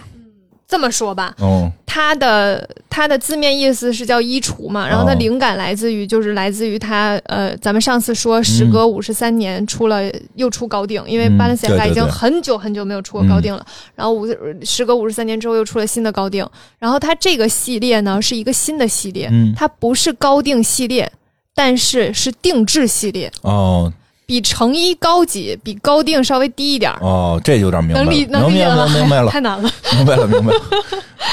这么说吧，
嗯
它的它的字面意思是叫衣橱嘛，然后它
哦
灵感来自于就是来自于它呃，咱们上次说时隔五十三年出了、又出高定，因为
嗯
Balenciaga
对对
已经
对嗯
很久很久没有出过高定了，然后五时隔五十三年之后又出了新的高定，然后它这个系列呢是一个新的系列，
嗯
它不是高定系列，但是是定制系列，
哦
比成衣高级，比高定稍微低一点儿。
哦，这有点明白
能
了，
理能
能
理解
明白
了吧，
了，明白
[LAUGHS]
了，
太难了。
明白了，明
[LAUGHS]
白了。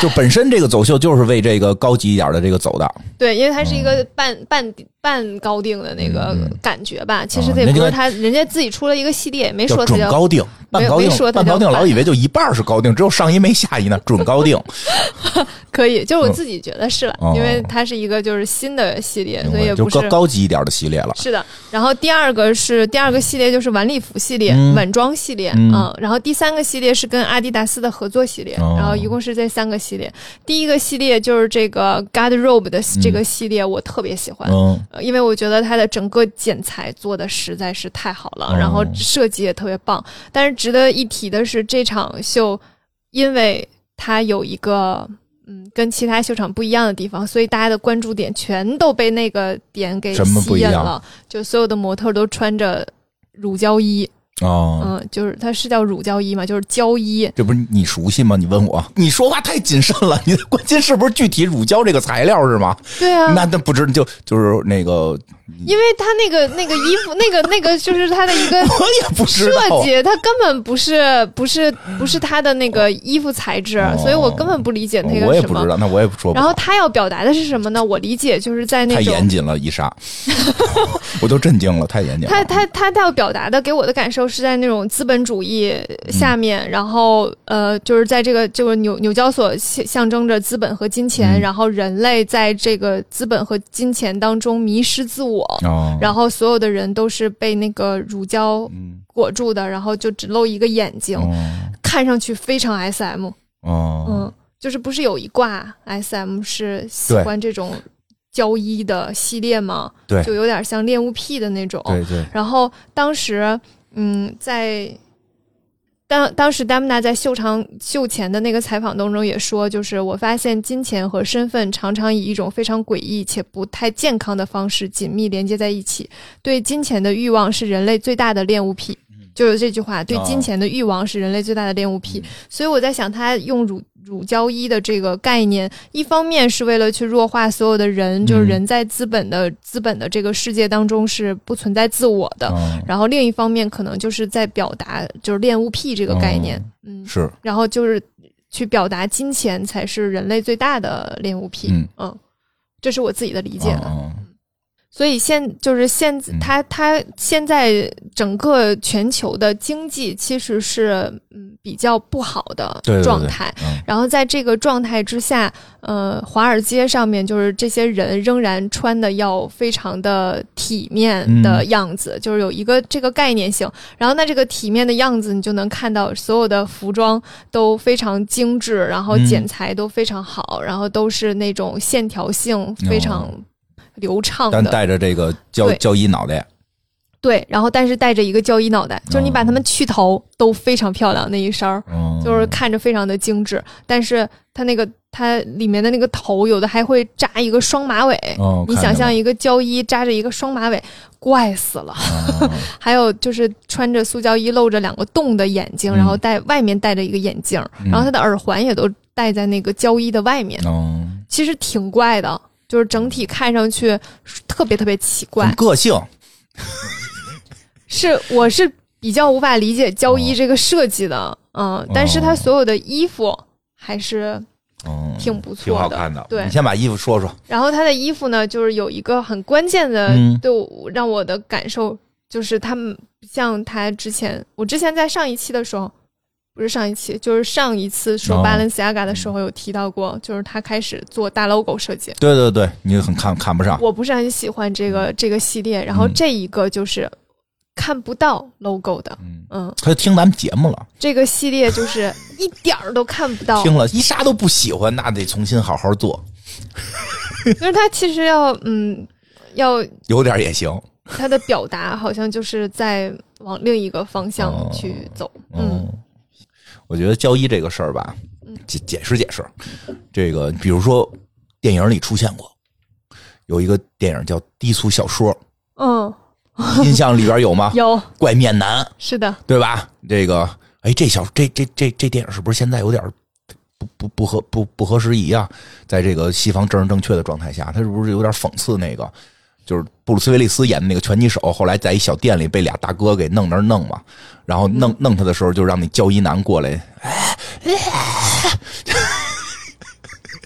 就本身这个走秀就是为这个高级一点的这个走的，
对，因为它是一个半、半半高定的那个
哦嗯嗯
感觉吧，其实
啊
这也
那
不
就是
他人家自己出了一个系列，也没
叫
说它
准
叫
高定、
没
半
有
高定
没说、它
半高定，
叫
老以为就一半是高定，只有上一没下一呢，准高 [LAUGHS] 定。
可以，就是我自己觉得是了，
哦
因为它是一个就是新的系列，
明
所以也
白就
不
高
是。
高级一点的系列了。
是的，然后第二个是第二个系列就是晚礼服系列、
嗯
晚装系列，
嗯
然后第三个系列是跟阿迪达斯的合作系列，
哦
然后一共是这三个系列。第一个系列就是这个 Garderobe 的这个系列，我特别喜欢，
嗯，
呃因为我觉得它的整个剪裁做的实在是太好了，
哦
然后设计也特别棒。但是值得一提的是，这场秀因为它有一个嗯跟其他秀场不一样的地方，所以大家的关注点全都被那个点给
什么
吸
不一
引
样
了。就所有的模特都穿着乳胶衣，
哦，
嗯，就是它是叫乳胶衣嘛，就是胶衣。
这不是你熟悉吗？你问我，你说话太谨慎了。你的关键是不是具体乳胶这个材料是吗？
对啊，
那那不知就就是那个，我
因为它那个那个衣服，那个那个就是它的一
[LAUGHS]
个
也不知道
设
[LAUGHS] 啊。
计，它根本不是不是不是它的那个衣服材质，
哦
所以我根本不理解那
我
个
也
什
不知
么。
道，那我也说不
然后
好。
他要表达的是什么呢？我理解就是在那
太
种
严谨了，伊 [LAUGHS] 莎，我都震惊了，太严谨了。
他他他他要表达的给我的感受是在那种资本主义
嗯
下面，然后呃，就是在这个就是纽纽交所象象征着资本和金钱，
嗯
然后人类在这个资本和金钱当中迷失自我，
哦，
然后所有的人都是被那个乳胶
嗯，
裹住的，然后就只露一个眼睛，
哦
看上去非常 S M。
哦，
嗯，就是不是有一挂 S M 是喜
对
欢这种胶衣的系列吗？
对
就有点像恋物癖的那种。
对对，
然后当时，嗯，在当当时 Damna 在秀场秀前的那个采访当中也说，就是我发现金钱和身份常常以一种非常诡异且不太健康的方式紧密连接在一起。对金钱的欲望是人类最大的恋物癖，
嗯
就是这句话。对金钱的欲望是人类最大的恋物
啊
癖。所以我在想，他用乳乳胶衣的这个概念，一方面是为了去弱化所有的人，就是
嗯
人在资本的资本的这个世界当中是不存在自我的。
嗯
然后另一方面，可能就是在表达就是恋物癖这个概念，嗯，
是
然后就是去表达金钱才是人类最大的恋物癖，
嗯
这是我自己的理解
嗯
了。
嗯
所以现就是现
嗯
它它现在整个全球的经济其实是嗯比较不好的
对对对
状态，
嗯
然后在这个状态之下，呃，华尔街上面就是这些人仍然穿的要非常的体面的样子，就是有一个这个概念性。然后那这个体面的样子，你就能看到所有的服装都非常精致，然后
嗯
剪裁都非常好，然后都是那种线条性非常流畅
但
的。
带着这个胶
对
胶衣脑袋，
对，然后但是带着一个胶衣脑袋，就是你把他们去头都非常漂亮那一身儿。
嗯，
就是看着非常的精致，但是它那个它里面的那个头，有的还会扎一个双马尾。
哦，
你
看
想
见
象
了
一个胶衣扎着一个双马尾，怪死了。 [LAUGHS]
哦
还有就是穿着塑胶衣露着两个洞的眼睛，
嗯
然后戴外面戴着一个眼镜，
嗯
然后他的耳环也都戴在那个胶衣的外面，
哦，
其实挺怪的，就是整体看上去特别特别奇怪
很。个性，
是我是比较无法理解胶
哦
衣这个设计的，嗯，但是它所有的衣服还是
嗯，
挺不
挺
错
好
的。
看的。
对
你先把衣服说说，
然后他的衣服呢，就是有一个很关键的，
嗯
对我让我的感受就是他们像他之前，我之前在上一期的时候，不是上一期，就是上一次说
哦
Balenciaga 的时候有提到过，就是他开始做大 logo 设计。
对对对，你很看看不上，
我不是很喜欢这个这个系列，然后
嗯
这一个就是看不到 logo 的，
嗯，
嗯，
他就听咱们节目了，
这个系列就是一点儿都看不
[LAUGHS]
到，
听了一啥都不喜欢，那得重新好好做，
就是他其实要嗯要
有点也行。
他的表达好像就是在
哦
往另一个方向去走。嗯
嗯，我觉得交易这个事儿吧，解解释解释。这个比如说电影里出现过，有一个电影叫《低俗
[LAUGHS]
小说
嗯，》，
印象里边有吗？
有，
怪面男，
是的，
对吧？这个，哎，这小这这这这电影是不是现在有点不不不合不不合时宜啊？在这个西方政治正确的状态下，他是不是有点讽刺那个，就是布鲁斯威利斯演的那个拳击手，后来在一小店里被俩大哥给弄那儿弄嘛，然后弄弄他的时候，就让那交易男过来，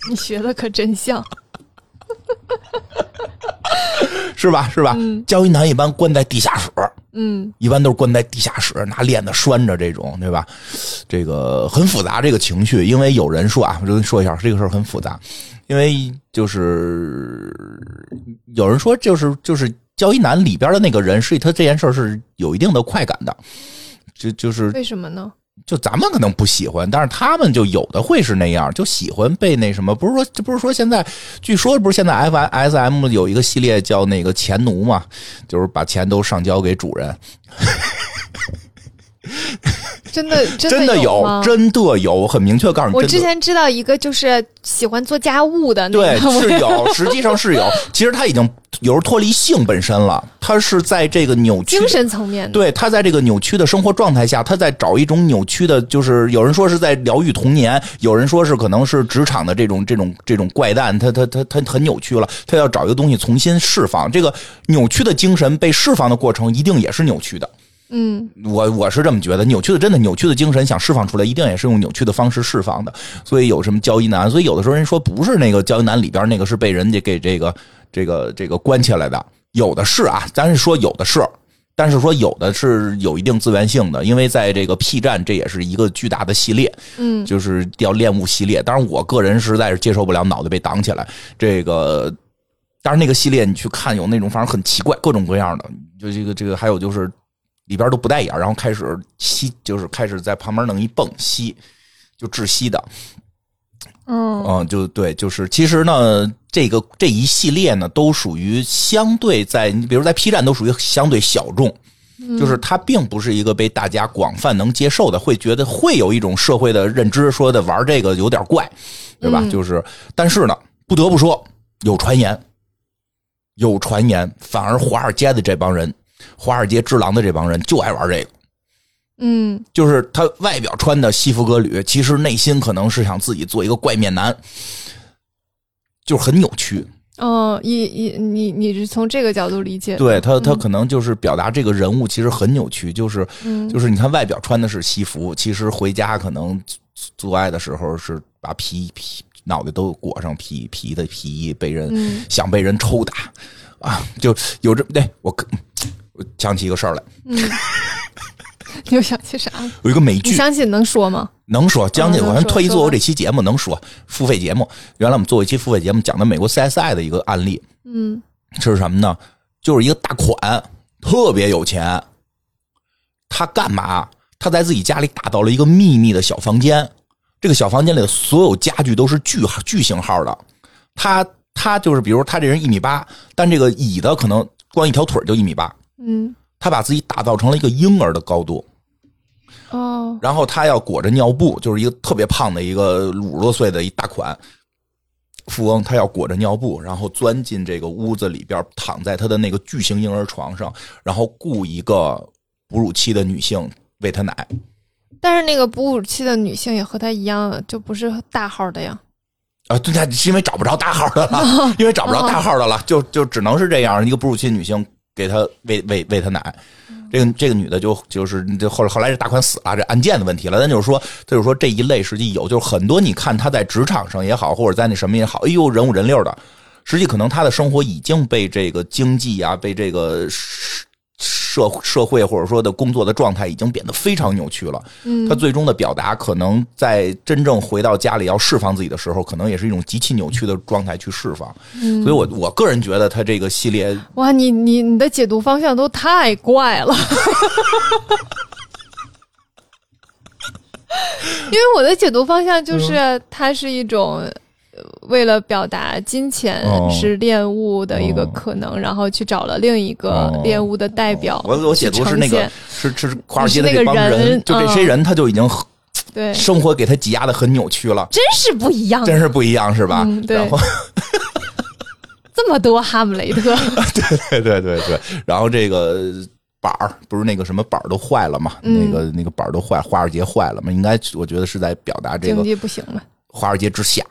你学的可真像。
是吧？是吧？交易男一般关在地下室，
嗯，
一般都是关在地下室，拿链子拴着这种，对吧？这个很复杂，这个情绪，因为有人说啊，我就说一下，这个事儿很复杂，因为就是有人说，就是就是交易男里边的那个人，是他这件事儿是有一定的快感的，就就是
为什么呢？
就咱们可能不喜欢，但是他们就有的会是那样，就喜欢被那什么。不是说，这不是说现在，据说不是现在 F S M 有一个系列叫那个钱奴嘛，就是把钱都上交给主人，
真的，
真
的
有，
吗
真的有，我很明确告诉你，
我
真的
之前知道一个，就是喜欢做家务的那
对
个，我
是
[LAUGHS]
有，实际上是有。其实他已经有时候脱离性本身了，他是在这个扭曲的
精神层面的。
对他在这个扭曲的生活状态下，他在找一种扭曲的，就是有人说是在疗愈童年，有人说是可能是职场的这种这种这种怪诞，他他他他很扭曲了，他要找一个东西重新释放。这个扭曲的精神被释放的过程，一定也是扭曲的。
嗯，
我我是这么觉得，扭曲的真的扭曲的精神想释放出来，一定也是用扭曲的方式释放的。所以有什么交易男，所以有的时候人说不是那个交易男里边那个是被人家给这个这个这个关起来的，有的是啊，咱是说有的是。但是说有的是有一定资源性的，因为在这个 P 站，这也是一个巨大的系列，
嗯，
就是要练武系列。当然，我个人实在是接受不了脑袋被挡起来。这个，当然那个系列你去看，有那种反正很奇怪，各种各样的。就这个这个，还有就是里边都不带眼儿，然后开始吸，就是开始在旁边弄一泵吸，就窒息的。
嗯，
嗯，就对，就是其实呢，这个这一系列呢，都属于相对在你比如在 P 站都属于相对小众。就是它并不是一个被大家广泛能接受的，会觉得会有一种社会的认知，说的玩这个有点怪，对吧？
嗯
就是，但是呢，不得不说，有传言，有传言，反而华尔街的这帮人，华尔街之狼的这帮人就爱玩这个。
嗯，
就是他外表穿的西服革履，其实内心可能是想自己做一个怪面男，就是很扭曲。
哦，你你你你是从这个角度理解的？
对他，
嗯
他可能就是表达这个人物其实很扭曲，就是
嗯
就是你看外表穿的是西服，其实回家可能做爱的时候是把皮皮脑袋都裹上皮皮的皮衣，被人、
嗯
想被人抽打啊，就有这对我可我想起一个事儿来，
嗯 [LAUGHS] 你又想起啥了？
有一个美剧
你想起能说吗？
能说将近，
嗯
我
能
还
说
特意
说
做过
吧
这期节目，能说付费节目。原来我们做过一期付费节目，讲的美国 CSI 的一个案例
嗯
是什么呢？就是一个大款，特别有钱，他干嘛？他在自己家里打造了一个秘密的小房间，这个小房间里的所有家具都是巨巨型号的。他他就是，比如他这人一米八，但这个椅子可能光一条腿就一米八，
嗯，
他把自己打造成了一个婴儿的高度。
哦，
然后他要裹着尿布，就是一个特别胖的一个五十多岁的一大款富翁，他要裹着尿布，然后钻进这个屋子里边，躺在他的那个巨型婴儿床上，然后雇一个哺乳期的女性喂他奶。
但是那个哺乳期的女性也和她一样，就不是大号的呀。
啊，对，那是因为找不着大号的了，因为找不着大号的了，就就只能是这样，一个哺乳期女性给他喂喂喂他奶。这个这个女的就就是就后来后来这大款死了，这案件的问题了。但就是说，他就是说这一类实际有，就是很多你看他在职场上也好，或者在那什么也好，哎呦人五人六的，实际可能他的生活已经被这个经济啊，被这个社社社会或者说的工作的状态已经变得非常扭曲了。他最终的表达，可能在真正回到家里要释放自己的时候，可能也是一种极其扭曲的状态去释放。
嗯
所以我我个人觉得他这个系列
哇，你你你的解读方向都太怪了， [LAUGHS] 因为我的解读方
嗯
向就是它是一种。呃为了表达金钱
哦
是恋物的一个
哦
可能，然后去找了另一个
哦
恋物的代表去呈现。
我我解读是那个是是是华尔街的
你是那
这
个
帮
人嗯
就这些人，他就已经很
对，
生活给他挤压的很扭曲了，
真是不一样，
真是不一样，是吧？
嗯对
然后， [LAUGHS]
这么多哈姆雷特，
对对对对，然后这个板儿不是那个什么板儿都坏了嘛，
嗯
那个那个板儿都坏，华尔街坏了嘛，应该我觉得是在表达
[LAUGHS]
这
经
个
济不行了。
华尔街之下，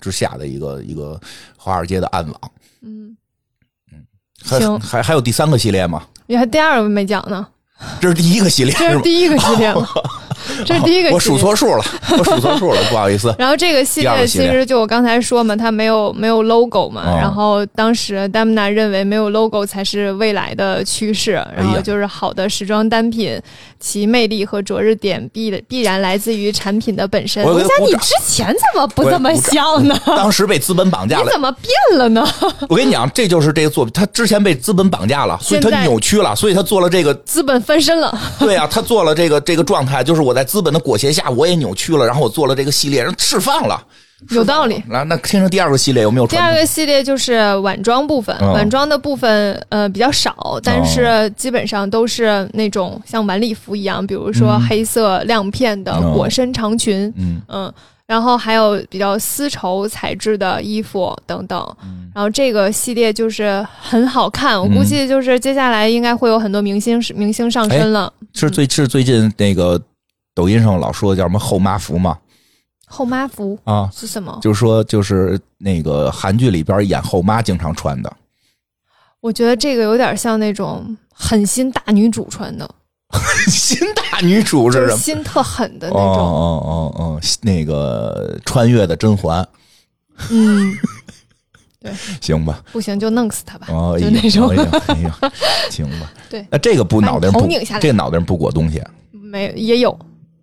之下的一个一个华尔街的暗网。
嗯，
还
行
还还有第三个系列吗？
你还第二个没讲呢，
这是第一个系列
这
是
是
吗？
第一个系列
[LAUGHS]
吗？这是第一个系列。
我数错数了，我数错数了，不好
[LAUGHS]
意思。
然后这个系
第二个
列
系
其
列
实就我刚才说嘛，它没有没有 logo 嘛，
哦
然后当时戴姆娜认为没有 logo 才是未来的趋势，
哎
然后就是好的时装单品，其魅力和灼热点必必然来自于产品的本身。
我
我
给他
想
鼓
你
掌
之前怎么不这么想呢？
当时被资本绑架
你
了，
怎么变
[LAUGHS]
了呢？
我跟你讲，这就是这个作品，他之前被资本绑架了，所以
现
他
在
扭曲了，所以他做了这个
资本翻身了，
对啊，他做了这个这个状态，就是我在资本的裹挟下，我也扭曲了，然后我做了这个系列，然后释放了。
有道理。
那那听听第二个系列有没有
第
传
二
统？
个系列就是晚装部分，
嗯
晚装的部分呃比较少，但是基本上都是那种像晚礼服一样，比如说黑色亮片的
嗯
裹身长裙，
嗯，
嗯，然后还有比较丝绸材质的衣服等等，
嗯
然后这个系列就是很好看，我估计就是接下来应该会有很多明星是明星上身了。
是最是最近那个抖音上老说的叫什么后妈服嘛？
后妈服
啊，
是什么？
就是说就是那个韩剧里边演后妈经常穿的，
我觉得这个有点像那种狠心大女主穿的，
[LAUGHS] 新大女主
就是是
什么？
心特狠的
哦
那种。
哦哦哦，那个穿越的甄嬛，
嗯，
行吧？
不行就弄死他吧，
哦，
就那种
哎。呀，哎呀，哎呀行吧。
[LAUGHS] 对
那这个不
把你
脑袋上
头
不
拧下来
这个脑袋上不裹东西，
没也有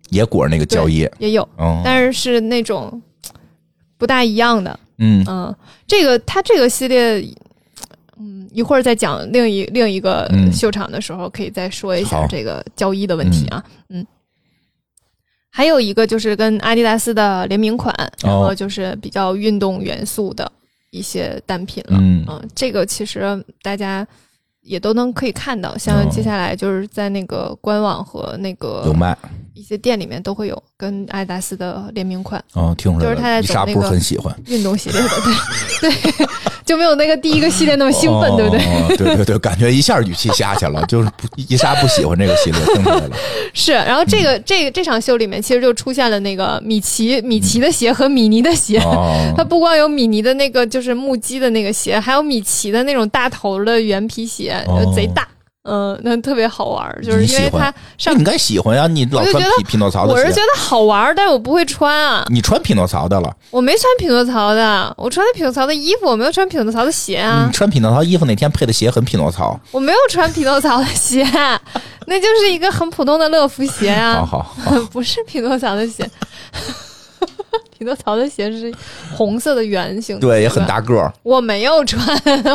也裹着那个
对
胶衣。
也有，
哦，
但是是那种不大一样的。
嗯
嗯，这个它这个系列，嗯，一会儿再讲另一另一个
嗯
秀场的时候，可以再说一下
好
这个交易的问题啊。嗯还有一个就是跟阿迪达斯的联名款，
哦
然后就是比较运动元素的一些单品了。
嗯
嗯，这个其实大家。也都能可以看到，像
哦
接下来就是在那个官网和那
有
个
卖
一些店里面都会有跟阿迪达斯的联名款。
哦，听出来
就是
了。
他在
伊
走
莎
那
不是
个
很喜欢，
运动系列的，对 [LAUGHS] 对，就没有那个第一个系列那么兴
哦
奋，对不 [LAUGHS] 对？
对？对对对，感觉一下语气下
[LAUGHS]
去了，就是不伊莎不喜欢这个系列，听出来了。
是，然后这
嗯
个、这个这场秀里面，其实就出现了那个米奇米奇的鞋和米妮的鞋。 [LAUGHS] 它
哦，
不光有米妮的那个，就是木屐的那个鞋，还有米奇的那种大头的圆皮鞋，
哦
就贼大，嗯，那特别好玩儿，就是
你
因
喜
为
欢
它
这
上
你，应该喜欢呀，啊你老
我就
穿
觉得
匹匹诺曹
我
的
是觉
鞋，啊
得好玩儿，但是我不会穿啊，
你穿匹诺曹的了。
我没穿匹诺曹的，我穿的匹诺曹的衣服，我没有穿匹诺曹的鞋啊
你，穿匹诺曹衣服那天配的鞋很匹诺曹。
我没有穿匹诺曹的
[LAUGHS]
鞋，那就是一个很普通的乐福鞋
好
啊，
哦好好，
不是匹诺曹的鞋。 [LAUGHS] 匹诺曹的鞋是红色的圆形，
对，也很
吧。
大个
[LAUGHS]
儿。
我没有穿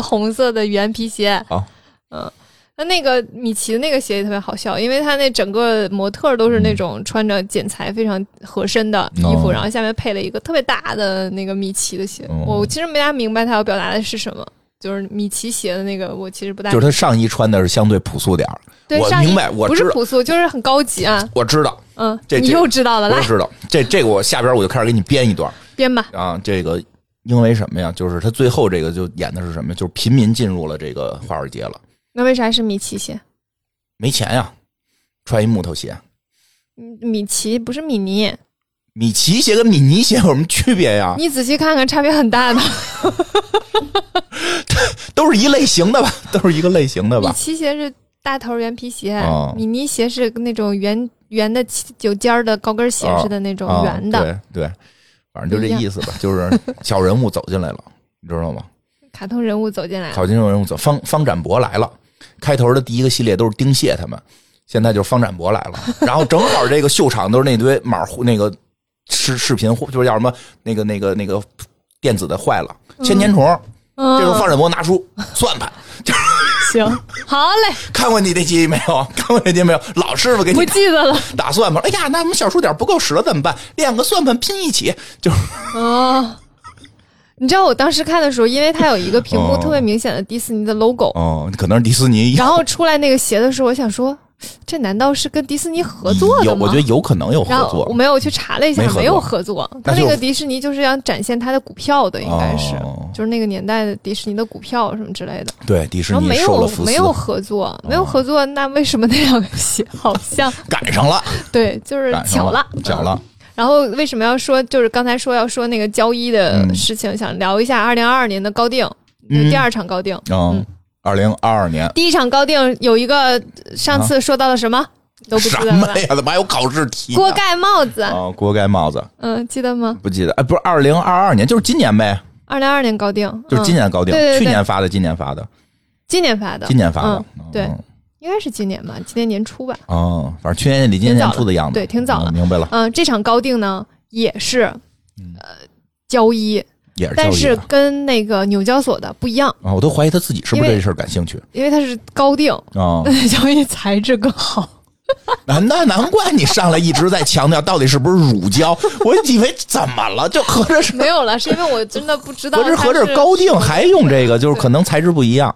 红色的圆皮鞋。
好
嗯，那那个米奇的那个鞋也特别好笑，因为他那整个模特都是那种穿着剪裁非常合身的衣服，
嗯哦
然后下面配了一个特别大的那个米奇的鞋。
哦
我其实没大明白他要表达的是什么。就是米奇鞋的那个，我其实不大
就是他上衣穿的是相对朴素点儿，
对，
我
上
明
衣
白我
不
知
是
道
朴素，就是很高级啊。
我知道，
嗯，[LAUGHS]
这
你
这
又知道了，
我
来
知道。这这个我下边我就开始给你编一段。
编吧。
啊，这个因为什么呀？就是他最后这个就演的是什么呀？就是贫民进入了这个华尔街了，
那为啥是米奇鞋？
没钱呀，穿一木头鞋。
嗯米奇不是米妮，
啊米奇鞋跟米妮鞋有什么区别呀？
你仔细看看，差别很大的。
都是一类型的吧？都是一个类型的
米
吧？
奇鞋是大头圆皮鞋，
哦
米妮鞋是那种圆圆的有尖儿的高跟鞋
哦
似的那种
啊，
圆的。
对对，反正就这
不一样
意思吧。就是小人物走进来了，你知道吗？
卡通人物走进来了，
小金人物走，方方展博来了。开头的第一个系列都是丁蟹他们，现在就是方展博来了。然后正好这个秀场都是那堆马虎那个视视频，就是叫什么那个那个那个电子的坏了，千年虫。
嗯
这时候方展博拿出算盘，
行， [LAUGHS] 好嘞，
看过你那集没有？看过那集没有？老师傅给
不
哎你
记得了。
打算盘，哎呀，那我们小数点不够使了怎么办？练个算盘拼一起，就是
[LAUGHS] 哦。你知道我当时看的时候，因为它有一个屏幕
哦
特别明显的迪士尼的 logo，
嗯
[LAUGHS]
哦，可能是迪士尼
然后出来那个鞋的时候，我想说这难道是跟迪士尼合作
有，
的吗？
我觉得有可能有合
然后我
作，
没有我去查了一下，
没
没
合作
有合作。他
那就
那个迪士尼就是要展现他的股票的，应该是、
哦
就是那个年代的迪士尼的股票什么之类的。
对，迪士
然后
尼
没
收了
有
福斯哦
没，有合作，没有合作，那为什么那两个戏 [LAUGHS] 好像
赶上了，
对， [LAUGHS] 就是
赶上
巧了，
巧了，
然后为什么要说就是刚才说要说那个交易的
嗯
事情，想聊一下二零二二年的高定，
嗯
就第二场高定。
嗯，二零二二年
第一场高定有一个上次说到了什么、都不记
什
得了
么
吧？
呀？怎么还有考试题呢？
锅盖帽子，
啊，锅盖帽子
嗯，记得吗？
不记得，哎，不是二零二二年，就是今年呗，
二零二年高定，
就是
嗯、
今年高定
对对，对
去年发的，今年发的，
今年发的，
今年发的
嗯，对
嗯
应该是今年吧，今年年初吧。
哦，反正去年离今年初的样子，
对挺早了
嗯明白了，
嗯，这场高定呢也是，呃，交易，
嗯也是啊
但
教育
是
的。
跟那个纽交所的不一样，
啊，我都怀疑他自己是不是
因
对
为
这事儿感兴趣
因为它是高定，？
啊
[LAUGHS] 交易材质更好。
难啊那难怪你上来一直在强调到底是不是乳胶，我以为怎么了，就合着
[LAUGHS]
是
没有了，是因为我真的不知道
合着
它
合着
是
高定还用这个，就是
对
可能材质不一样。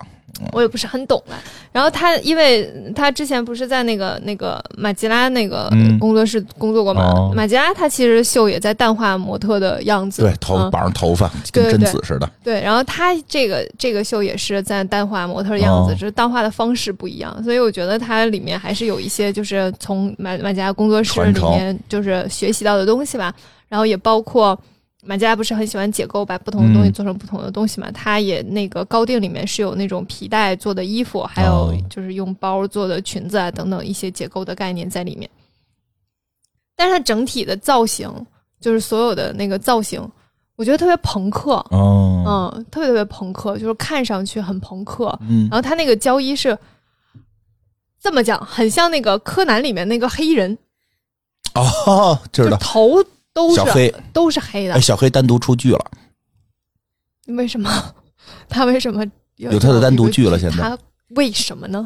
我也不是很懂了。然后他，因为他之前不是在那个那个马吉拉那个
嗯
工作室工作过嘛，
哦
马吉拉他其实秀也在淡化模特的样子，
对，头
嗯
绑上头发
对
跟
对
贞子似的，
对。然后他这个这个秀也是在淡化模特的样子，
哦
只是淡化的方式不一样，所以我觉得它里面还是有一些就是从马马吉拉工作室
传
里
承
面就是学习到的东西吧。然后也包括马吉拉不是很喜欢解构，把不同的东西
嗯
做成不同的东西嘛？他也那个高定里面是有那种皮带做的衣服，还有
哦
就是用包做的裙子啊等等一些解构的概念在里面。但是它整体的造型，就是所有的那个造型，我觉得特别朋克，
哦，
嗯，特别特别朋克，就是看上去很朋克。
嗯
然后他那个交衣是这么讲，很像那个柯南里面那个黑衣人，
哦，
就
知
是
道
头都
小
是
黑
都是黑的
哎，。小黑单独出剧了，
为什么？ [LAUGHS] 他为什么有
有他的单独剧了
有
现在
他为什么呢？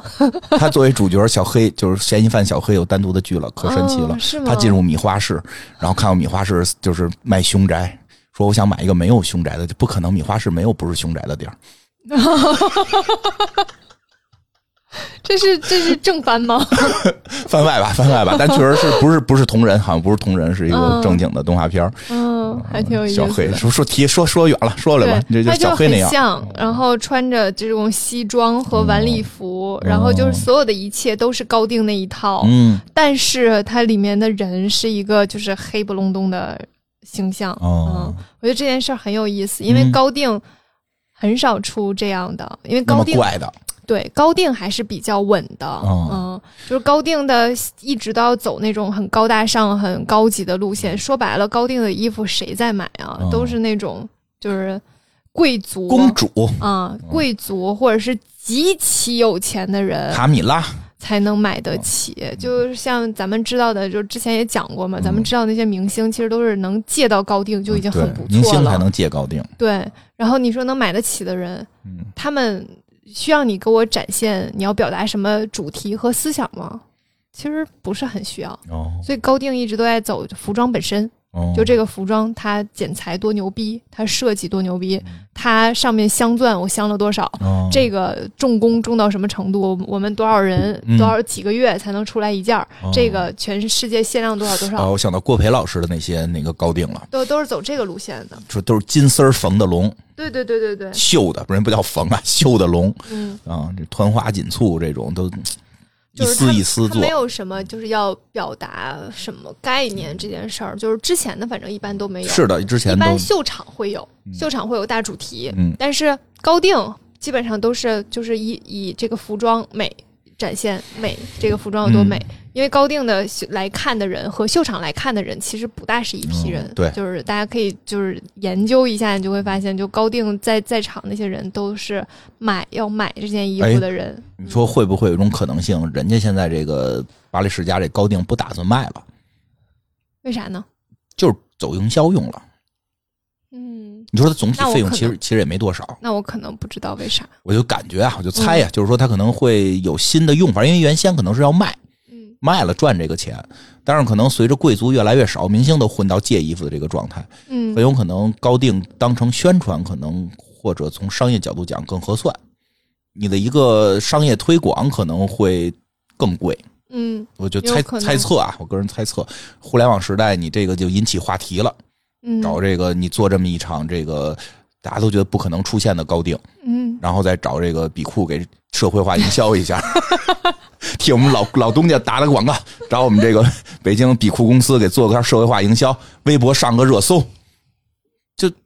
他作为主角，小黑就是嫌疑犯小黑有单独的剧了，可神奇了
哦。是吗？
他进入米花市，然后看到米花市就是卖凶宅，说我想买一个没有凶宅的，不可能米花市没有不是凶宅的地儿。
这是这是正番
[LAUGHS]
吗？
番外吧，番外吧，但确实是不是不是同人，好像不是同人，是一个
嗯
正经的动画片儿。
嗯，还挺有意思
小
的。
黑说说题说说远了，说了吧，这
对，他
小黑那
很
样。嗯
像，然后穿着这种西装和晚礼服，然后就是所有的一切都是高定那一套，
嗯，
但是它里面的人是一个就是黑不隆咚的形象。
哦
嗯，我觉得这件事儿很有意思，因为
嗯
高定很少出这样的，因为
那
高
么
定
怪的，
对，高定还是比较稳的，
哦
嗯，就是高定的一直都要走那种很高大上、很高级的路线。说白了，高定的衣服谁在买啊？
嗯哦
都是那种就是贵族
公主
啊、贵族或者是极其有钱的人
卡米拉，
才能买
哦
得起。
嗯
就是像咱们知道的，就之前也讲过嘛，咱们知道那些明星其实都是能借到高定就已经
嗯对
很不，
明
错
星才
了。
能借高定。
对，然后你说能买得起的人，
嗯，
他们需要你给我展现你要表达什么主题和思想吗？其实不是很需要，
哦，
所以高定一直都在走服装本身，
哦
就这个服装它剪裁多牛逼，它设计多牛逼，它上面镶钻我镶了多少，
哦
这个重工重到什么程度，我们多少人
嗯
多少几个月才能出来一件儿，
哦
这个全世界限量多少多
啊，
少，
我想到郭培老师的那些那个高定了，
都都是走这个路线的。
说都是金丝儿缝的龙，
对对对对对，
绣的，人不叫缝啊，绣的龙
嗯。
啊，这团花锦簇这种都一
就是他
丝一丝
他
做
没。有什么就是要表达什么概念这件事儿，就是之前的反正一般都没有，
是的，之
一
前都
般秀场会有，秀场会有大主题，
嗯
但是高定基本上都是就是以以这个服装美展现美，这个服装有多美，
嗯
因为高定的来看的人和秀场来看的人其实不大是一批人，
嗯对
就是大家可以就是研究一下，你就会发现，就高定在在场那些人都是买要买这件衣服的人，
你说会不会有一种可能性，人家现在这个巴黎世家这高定不打算卖了，
为啥呢？
就是走营销用了？
嗯，
你说它总体
那我
费用
可能
其实其实也没多少，
那我可能不知道为啥。
我就感觉啊，我就
嗯
猜呀、就是说它可能会有新的用法，因为原先可能是要卖，
嗯，
卖了赚这个钱，但是可能随着贵族越来越少，明星都混到借衣服的这个状态，
嗯
很有可能高定当成宣传，可能或者从商业角度讲更合算，你的一个商业推广可能会更贵，
嗯
我就
有
猜
可能
猜测啊，我个人猜测，互联网时代你这个就引起话题了，
嗯
找这个你做这么一场这个大家都觉得不可能出现的高定，
嗯，
然后再找这个比库给社会化营销一下， [LAUGHS] 替我们老老东家打了个广告，找我们这个北京比库公司给做个社会化营销，微博上个热搜，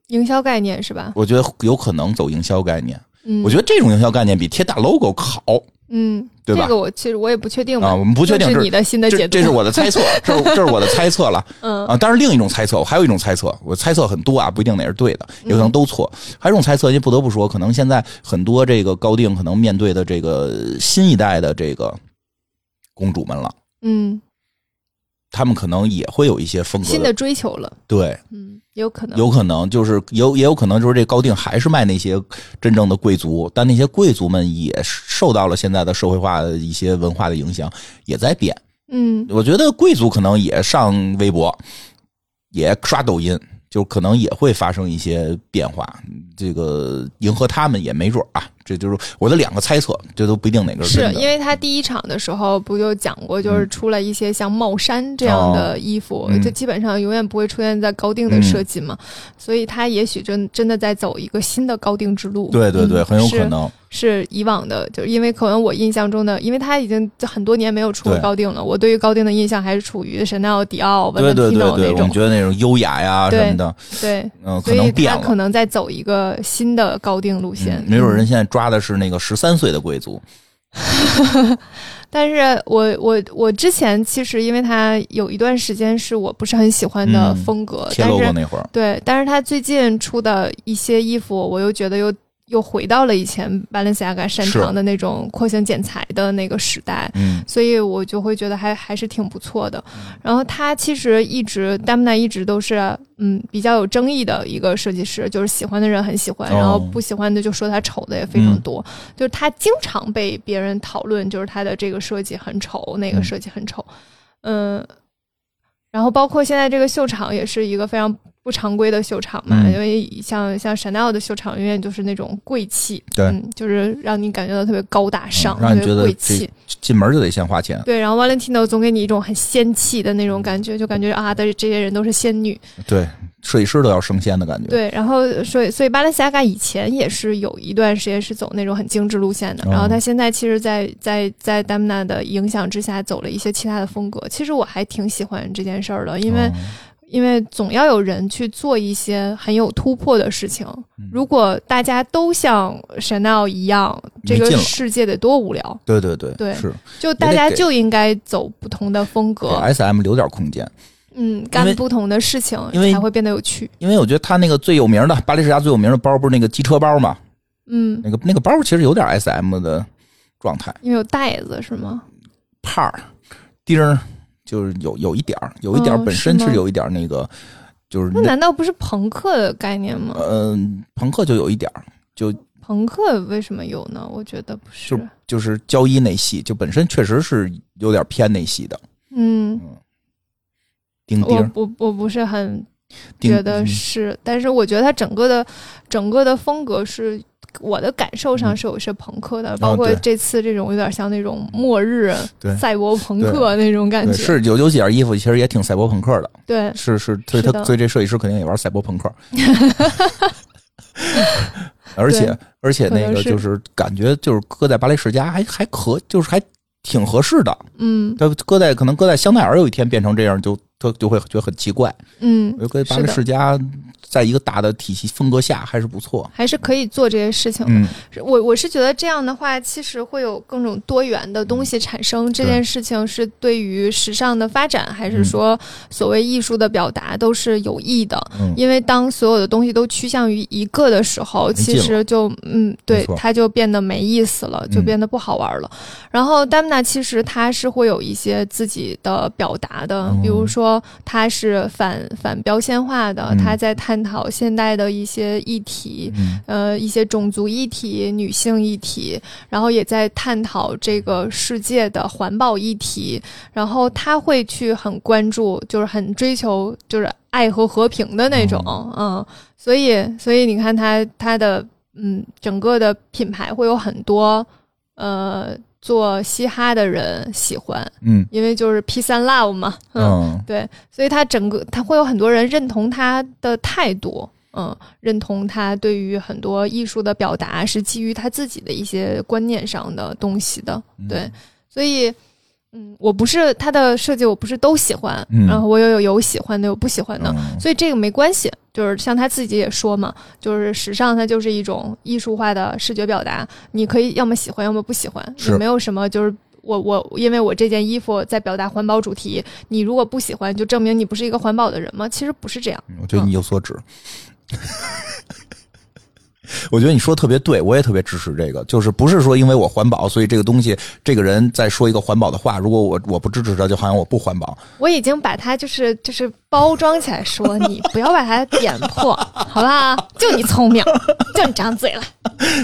营销概念是吧？
我觉得有可能走营销概念，
嗯，
我觉得这种营销概念比贴大 logo 好，
嗯，
对吧
这个我其实我也不确定嘛，
啊我们不确定
这
这
是你的新的解
这
读，
这是我
[LAUGHS]
的猜测，这是这是我的猜测了。
嗯
啊，当然另一种猜测，我还有一种猜测，我猜测很多啊，不一定哪是对的，也可能都错。还有一种猜测，也不得不说，可能现在很多这个高定可能面对的这个新一代的这个公主们了，
嗯
他们可能也会有一些风格
新的追求了，
对，
嗯，有可能，
有可能就是有也有可能就是这高定还是卖那些真正的贵族，但那些贵族们也受到了现在的社会化的一些文化的影响，也在变。
嗯
我觉得贵族可能也上微博，也刷抖音，就可能也会发生一些变化。这个迎合他们也没准儿啊，这就是我的两个猜测，这都不一定哪个
是
真的。
因为他第一场的时候不就讲过，就是出了一些像帽衫这样的衣服，
嗯
这基本上永远不会出现在高定的设计嘛，所以他也许真真的在走一个新的高定之路。
对对对，
嗯
很有可
是
能。
是以往的，就是因为可能我印象中的，因为他已经很多年没有出过
对
高定了，我对于高定的印象还是处于 Chanel、迪奥、文
对
文
对
皮
对
诺
对，
那
我们
种，
觉得那种优雅呀
对
什么的，
对，所
嗯、可能
以
变
他
了
可。能在走一个新的高定路线
嗯，，没准儿人现在抓的是那个十三岁的贵族，
但是我我我之前其实因为他有一段时间是我不是很喜欢
嗯
的风格，
贴
呃但
logo
是
那会儿，
对，但是他最近出的一些衣服，我又觉得又又回到了以前 Balenciaga 擅长的那种廓形剪裁的那个时代。
嗯
所以我就会觉得还还是挺不错的。然后他其实一直 Damna 一直都是嗯比较有争议的一个设计师，就是喜欢的人很喜欢，
哦嗯
然后不喜欢的就说他丑的也非常多。就是他经常被别人讨论，就是他的这个设计很丑，那个设计很丑。嗯，然后包括现在这个秀场也是一个非常。不常规的秀场嘛，
嗯
因为像像 Chanel 的秀场永远就是那种贵气，
对嗯
嗯，就是让你感觉到特别高大上，
让你
特别
觉得
贵
这
气，
进门就得先花钱，
[LAUGHS] 对，然后 Valentino 总给你一种很仙气的那
嗯
种感觉，就感觉啊，这这些人都是仙女。
对，设计师都要升仙的感觉，
对，然后所以所以巴伦西亚嘎以前也是有一段时间是走那种很精致路线的，
哦
然后他现在其实在，在在 Damna 的影响之下走了一些其他的风格。其实我还挺喜欢这件事儿的，因为、
哦
因为总要有人去做一些很有突破的事情
嗯。
如果大家都像 Chanel 一样，这
没
个
劲了
世界得多无聊！
对对对
对
是
就
也
大
得
家
给
就应该走不同的风
给
格。
S M 留点空间。
嗯，干不同的事情
因为
才会变得有趣。
因为我觉得他那个最有名的巴黎世家最有名的包不是那个机车包嘛？
嗯，
那个那个包其实有点 S M 的状态，
因为有袋子是吗？
帕儿钉儿就是有有一点儿，有一点儿
哦
本身
是吗
是有一点儿那个，就是
那
那
难道不是朋克的概念吗？
嗯、朋克就有一点儿，就
朋克为什么有呢？我觉得不是。
就是交衣那系，就本身确实是有点偏那系的
嗯，
钉钉
我
儿
我我不是很
钉嗯
觉得是，但是我觉得它整个的整个的风格是。我的感受上是有些朋克的，包括
嗯哦对
这次这种有点像那种末日
对
赛博朋克那种感
对
觉，
是有有几件衣服其实也挺赛博朋克的，
对
是是，所以
是
他
的
所以这设计师肯定也玩赛博
[LAUGHS]
朋克，而且
对
而且那
可
个
能是
就是感觉就是搁在巴黎世家还还可就是还挺合适的，
嗯
他搁在可能搁在香奈儿有一天变成这样就他就会觉得很奇怪，
嗯
我，觉得搁在巴黎
是的
世家在一个大的体系风格下还是不错，
还是可以做这些事情的。
嗯，
是我我是觉得这样的话，其实会有更种多元的
嗯
东西产生。这件事情是对于时尚的发展，还
嗯
是说所谓艺术的表达，都是有益的。
嗯
因为当所有的东西都趋向于一个的时候，
劲
其实就嗯，
没
对
错，
它就变得没意思了，就
嗯
变得不好玩了。然后 Damna 其实他是会有一些自己的表达的
哦，
比如说他是反反标签化的
嗯，
他在探讨现代的一些议题。
嗯
呃一些种族议题、女性议题，然后也在探讨这个世界的环保议题，然后他会去很关注，就是很追求就是爱和和平的那种，嗯，所以所以你看他他的嗯整个的品牌会有很多呃做嘻哈的人喜欢，
嗯
因为就是 peace and love 嘛，嗯，
嗯
对，所以他整个他会有很多人认同他的态度，嗯，认同他对于很多艺术的表达是基于他自己的一些观念上的东西的，
嗯
对，所以。嗯，我不是他的设计，我不是都喜欢，
嗯
然后我也有有喜欢的，有不喜欢的，
嗯
所以这个没关系，就是像他自己也说嘛，就是时尚它就是一种艺术化的视觉表达，你可以要么喜欢，要么不喜欢，
是
也没有什么就是。我我因为我这件衣服在表达环保主题，你如果不喜欢，就证明你不是一个环保的人吗？其实不是这样，
嗯我觉得你有所指。 [LAUGHS] 我觉得你说得特别对，我也特别支持这个。就是不是说因为我环保，所以这个东西，这个人在说一个环保的话，如果我我不支持他，就好像我不环保。
我已经把它就是就是包装起来说，你 [LAUGHS] 不要把它点破，好不好？就你聪明，就你长嘴了，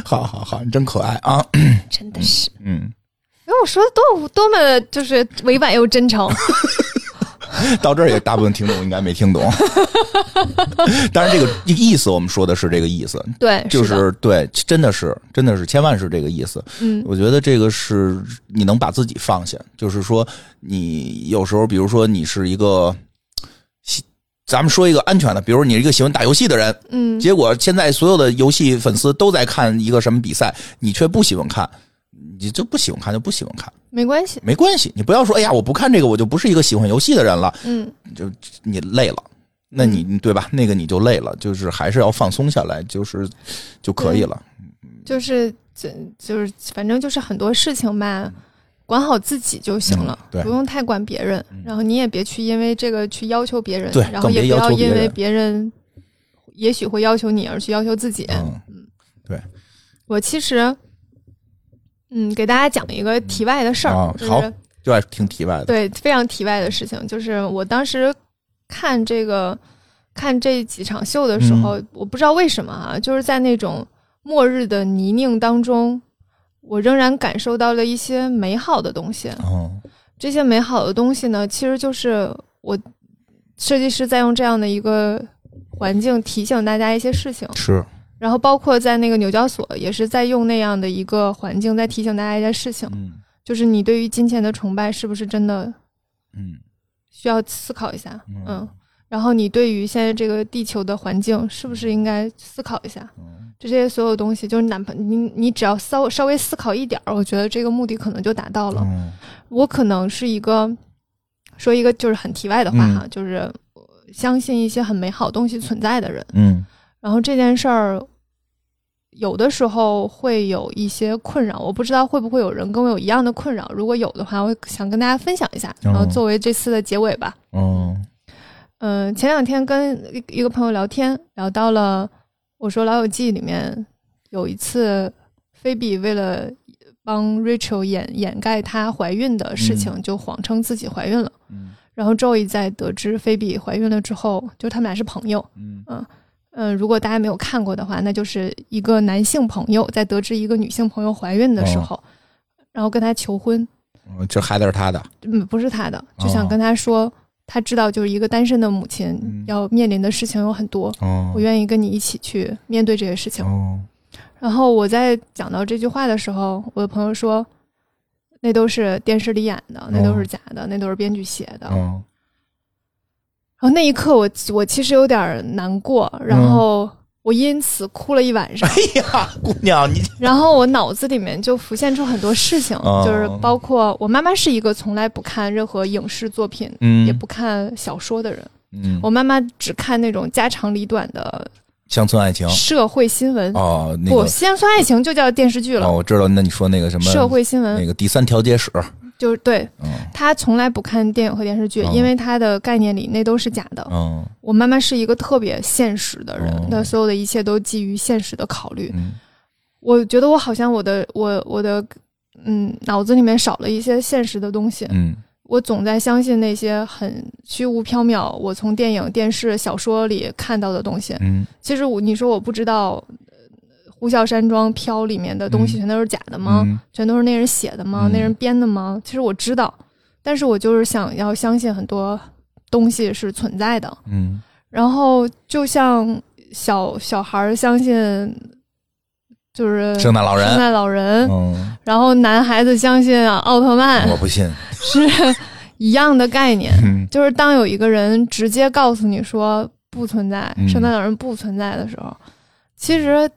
好好好，你真可爱啊！
真的是。
嗯，
因为我说的多多么就是委婉又真诚，
[LAUGHS] 到这儿也大部分听众应该没听懂。 [LAUGHS] 当然，这个意思我们说的是这个意思，
对，
就是
的
是对，真的是真的是，千万是这个意思。
嗯
我觉得这个是你能把自己放下，就是说你有时候，比如说你是一个，喜咱们说一个安全的，比如你是一个喜欢打游戏的人，
嗯，
结果现在所有的游戏粉丝都在看一个什么比赛，你却不喜欢看。你就不喜欢看就不喜欢看，
没关系，
没关系。你不要说，哎呀，我不看这个，我就不是一个喜欢游戏的人了。
嗯。
你累了，那你对吧？那个你就累了，就是还是要放松下来，就是就可以了。
就是这就是反正就是很多事情吧，管好自己就行了，
嗯嗯对嗯
不用太管别人。然后你也别去因为这个去要求别人，
对
然后也
更
不
别要
要
求别
因
人
为别人也许会要求你而去要求自己。
嗯
我其实，嗯，给大家讲一个题外的事儿，
啊
就是
好就爱听题外的。
对非常题外的事情，就是我当时看这个看这几场秀的时候，我不知道为什么啊，就是在那种末日的泥泞当中，我仍然感受到了一些美好的东西。
嗯
这些美好的东西呢，其实就是我设计师在用这样的一个环境提醒大家一些事情，
是，
然后包括在那个纽交所也是在用那样的一个环境在提醒大家一些事情，
嗯
就是你对于金钱的崇拜是不是真的
嗯
需要思考一下，
嗯
嗯，然后你对于现在这个地球的环境是不是应该思考一下？
嗯
这些所有东西，就是哪怕你你只要稍稍微思考一点儿，我觉得这个目的可能就达到了。
嗯
我可能是一个说一个就是很题外的话
嗯
哈，就是我相信一些很美好东西存在的人。
嗯
然后这件事儿，有的时候会有一些困扰，我不知道会不会有人跟我有一样的困扰。如果有的话，我想跟大家分享一下，然后
嗯
作为这次的结尾吧。
嗯
嗯，前两天跟一一个朋友聊天，聊到了我说《老友记》里面有一次，菲比为了帮 Rachel 掩掩盖她怀孕的事情，就谎称自己怀孕了。
嗯
然后 Joey 在得知菲比怀孕了之后，就他们俩是朋友。
嗯
嗯，如果大家没有看过的话，那就是一个男性朋友在得知一个女性朋友怀孕的时
哦
候，然后跟她求婚，
嗯，这孩子是他的，
嗯，不是他的，就想
哦
跟他说，他知道就是一个单身的母亲
嗯
要面临的事情有很多，
哦
我愿意跟你一起去面对这些事情。
哦，
然后我在讲到这句话的时候，我的朋友说，那都是电视里演的，那都是假的，那都是编剧写的。
嗯
然后那一刻我，我其实有点难过，然后我因此哭了一晚上。
嗯哎呀，姑娘，你
然后我脑子里面就浮现出很多事情，
哦
就是包括我妈妈是一个从来不看任何影视作品。
嗯
也不看小说的人，
嗯，
我妈妈只看那种家长里短的
乡村爱情
社会新闻。
哦，那
不，
个
乡村爱情就叫电视剧了，
哦，我知道，那你说那个什么
社会新闻、
那个第三调解室，
就是对
嗯
她从来不看电影和电视剧，
哦
因为她的概念里那都是假的。
嗯
我妈妈是一个特别现实的人，
哦
她、所有的一切都基于现实的考虑。
嗯
我觉得我好像我的我我的嗯脑子里面少了一些现实的东西，
嗯
我总在相信那些很虚无缥缈，我从电影、电视、小说里看到的东西。
嗯
其实我你说我不知道，呃《呼啸山庄飘》里面的东西
嗯
全都是假的吗？
嗯
全都是那人写的吗？
嗯
那人编的吗？其实我知道，但是我就是想要相信很多东西是存在的。
嗯
然后就像小小孩儿相信就是
圣诞老人，
呃圣诞老人，
嗯，
然后男孩子相信啊奥特曼
我不信，
是一样的概念。
嗯
就是当有一个人直接告诉你说不存在，
嗯
圣诞老人不存在的时候，其实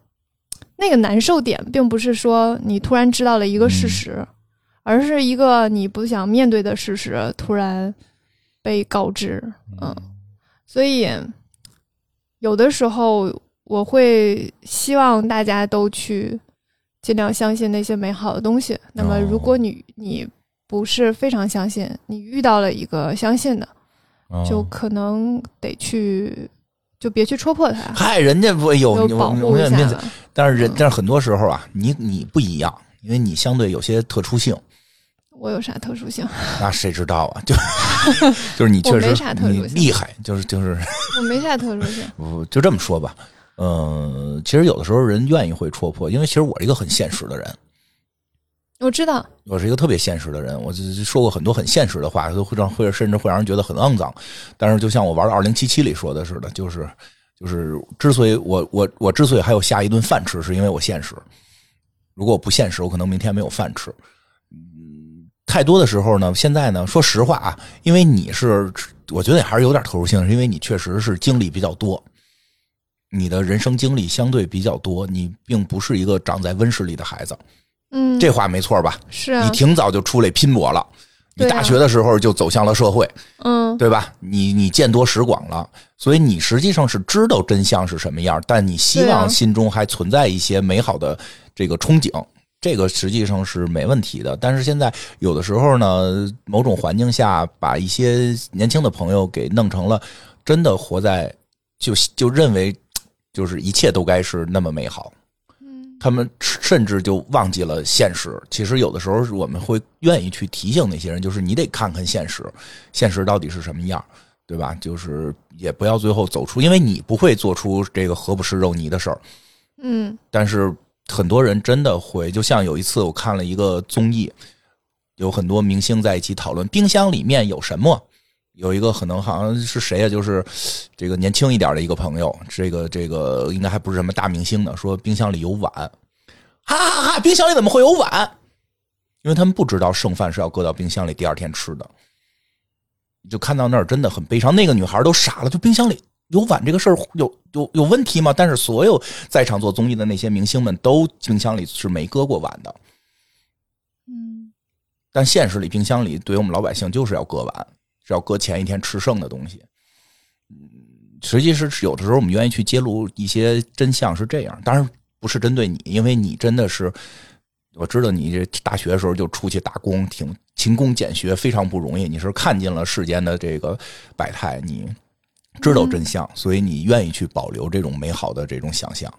那个难受点并不是说你突然知道了一个事实，而是一个你不想面对的事实突然被告知。嗯，所以有的时候我会希望大家都去尽量相信那些美好的东西。那么，如果你你不是非常相信，你遇到了一个相信的，
嗯
就可能得去，就别去戳破
[LAUGHS]
它，
嗨，人家不哎有
就
有
保
有
护一
面
下
子，
吧。
但是人
嗯
但是很多时候啊，你你不一样，因为你相对有些特
[LAUGHS]
殊性，
我有啥特殊性？ [LAUGHS]
那谁知道啊？就 [LAUGHS] 就是你确
我没
实
啥特殊
你
性
厉害，就是就是
我没啥特殊性。
我就这么说吧，嗯，其实有的时候人愿意会戳破，因为其实我是一个很现实的人，
我知道，
我是一个特别现实的人，我就就说过很多很现实的话，都会让会甚至会让人觉得很肮脏。但是就像我玩的二零七七里说的似的，就是就是之所以我我我之所以还有下一顿饭吃，是因为我现实。如果我不现实，我可能明天没有饭吃。嗯，太多的时候呢，现在呢，说实话啊，因为你是，我觉得你还是有点特殊性，是因为你确实是经历比较多。你的人生经历相对比较多，你并不是一个长在温室里的孩子，
嗯，
这话没错吧？
是啊
你，挺早就出来拼搏了。你
对啊
大学的时候就走向了社会，
嗯，
对吧？你你见多识广了，所以你实际上是知道真相是什么样，但你希
对
望
啊
心中还存在一些美好的这个憧憬，这个实际上是没问题的。但是现在有的时候呢，某种环境下把一些年轻的朋友给弄成了真的活在就就认为就是一切都该是那么美好，
嗯
他们甚至就忘记了现实。其实有的时候我们会愿意去提醒那些人，就是你得看看现实，现实到底是什么样，对吧？就是也不要最后走出，因为你不会做出这个何不食肉糜的事儿。
嗯，
但是很多人真的会，就像有一次我看了一个综艺，有很多明星在一起讨论冰箱里面有什么。有一个可能好像是谁呀、啊就是这个年轻一点的一个朋友，这个这个应该还不是什么大明星呢，说冰箱里有碗，哈哈哈！冰箱里怎么会有碗？因为他们不知道剩饭是要搁到冰箱里第二天吃的。就看到那儿真的很悲伤，那个女孩都傻了，就冰箱里有碗这个事儿有有有问题吗？但是所有在场做综艺的那些明星们都冰箱里是没搁过碗的，
嗯，
但现实里冰箱里对于我们老百姓就是要搁碗，是要搁前一天吃剩的东西。嗯，实际是有的时候我们愿意去揭露一些真相是这样，当然不是针对你，因为你真的是我知道你这大学的时候就出去打工，挺勤工俭学，非常不容易。你是看尽了世间的这个百态，你知道真相，所以你愿意去保留这种美好的这种想象，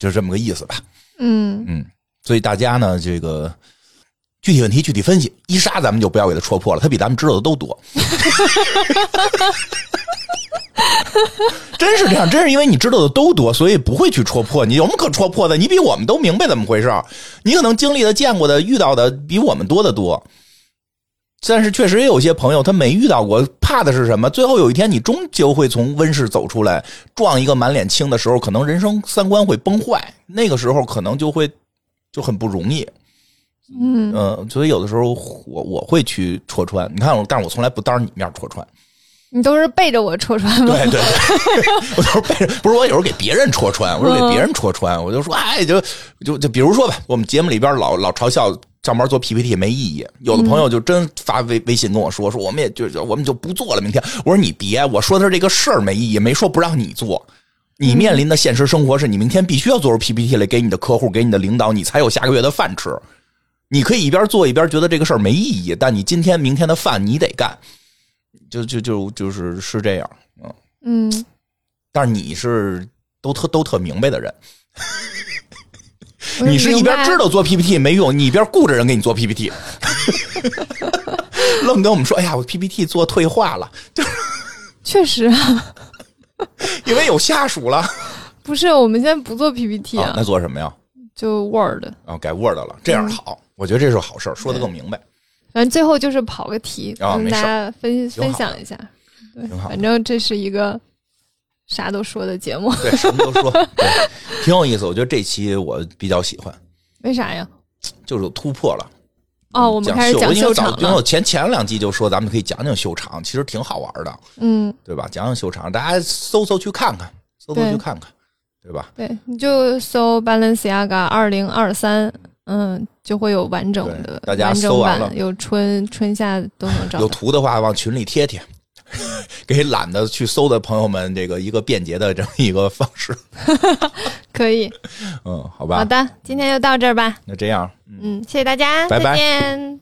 就是这么个意思吧。
嗯，
嗯，所以大家呢，这个具体问题具体分析。伊莎咱们就不要给他戳破了，他比咱们知道的都多。 [LAUGHS] 真是这样，真是因为你知道的都多，所以不会去戳破你。有什么可戳破的？你比我们都明白怎么回事儿你可能经历的、见过的、遇到的比我们多得多。但是确实也有些朋友他没遇到过，怕的是什么？最后有一天你终究会从温室走出来，撞一个满脸青的时候，可能人生三观会崩坏，那个时候可能就会就很不容易。
嗯，
嗯，所以有的时候我我会去戳穿，你看我，但是我从来不当着你面戳穿。
你都是背着我戳穿吗？
对 [LAUGHS] 对，我都是被人不是我有时候给别人戳穿，我是给别人戳穿，我就说哎，就就就比如说吧，我们节目里边老老嘲笑上班做 PPT 没意义，有的朋友就真发微微信跟我说说我们也就就我们就不做了，明天我说你别，我说的是这个事儿没意义，没说不让你做。你面临的现实生活是你明天必须要做出 PPT 来给你的客户、给你的领导，你才有下个月的饭吃。你可以一边做一边觉得这个事儿没意义，但你今天、明天的饭你得干，就就就就是是这样。
嗯，
但是你是都特都特明白的人，
我
你是一
明白
边知道做 PPT 没用，你一边雇着人给你做 PPT，愣跟我们说，哎呀，我 PPT 做退化了，
确实 [LAUGHS] 啊，
因为有下属了。
不是我们现在不做 PPT
啊
啊，
那做什么呀？
就 Word，
啊，改 Word 了，这
嗯
样好，我觉得这是好事儿，说的更明白。
反正最后就是跑个题，
啊
跟
没事
大
儿
家分
挺好
分
的
享一下。对
挺好的
反正这是一个啥都说的节目，
对，什
[LAUGHS]
么都说，对，挺有意思。我觉得这期我比较喜欢，
为啥呀？
就是有突破了。
哦，我们开始
嗯讲
讲
因为
秀
我
场
早因为我
了。
前前两季就说咱们可以讲讲秀场，其实挺好玩的，
嗯，
对吧？讲讲秀场，大家搜搜去看看，搜搜
对
去看看，对吧？
对，你就搜 Balenciaga 二零二三，嗯，就会有完整的
对，大家
完
搜
整
完
版，
了
有春春夏都能找
有
到。
图的话往群里贴 [LAUGHS] 贴，给懒得去搜的朋友们这个一个便捷的这么一个方式。
可以，
嗯，好吧，
啊好的，今天就到这儿吧。
那这样，
嗯，谢谢大家，
拜拜
再见。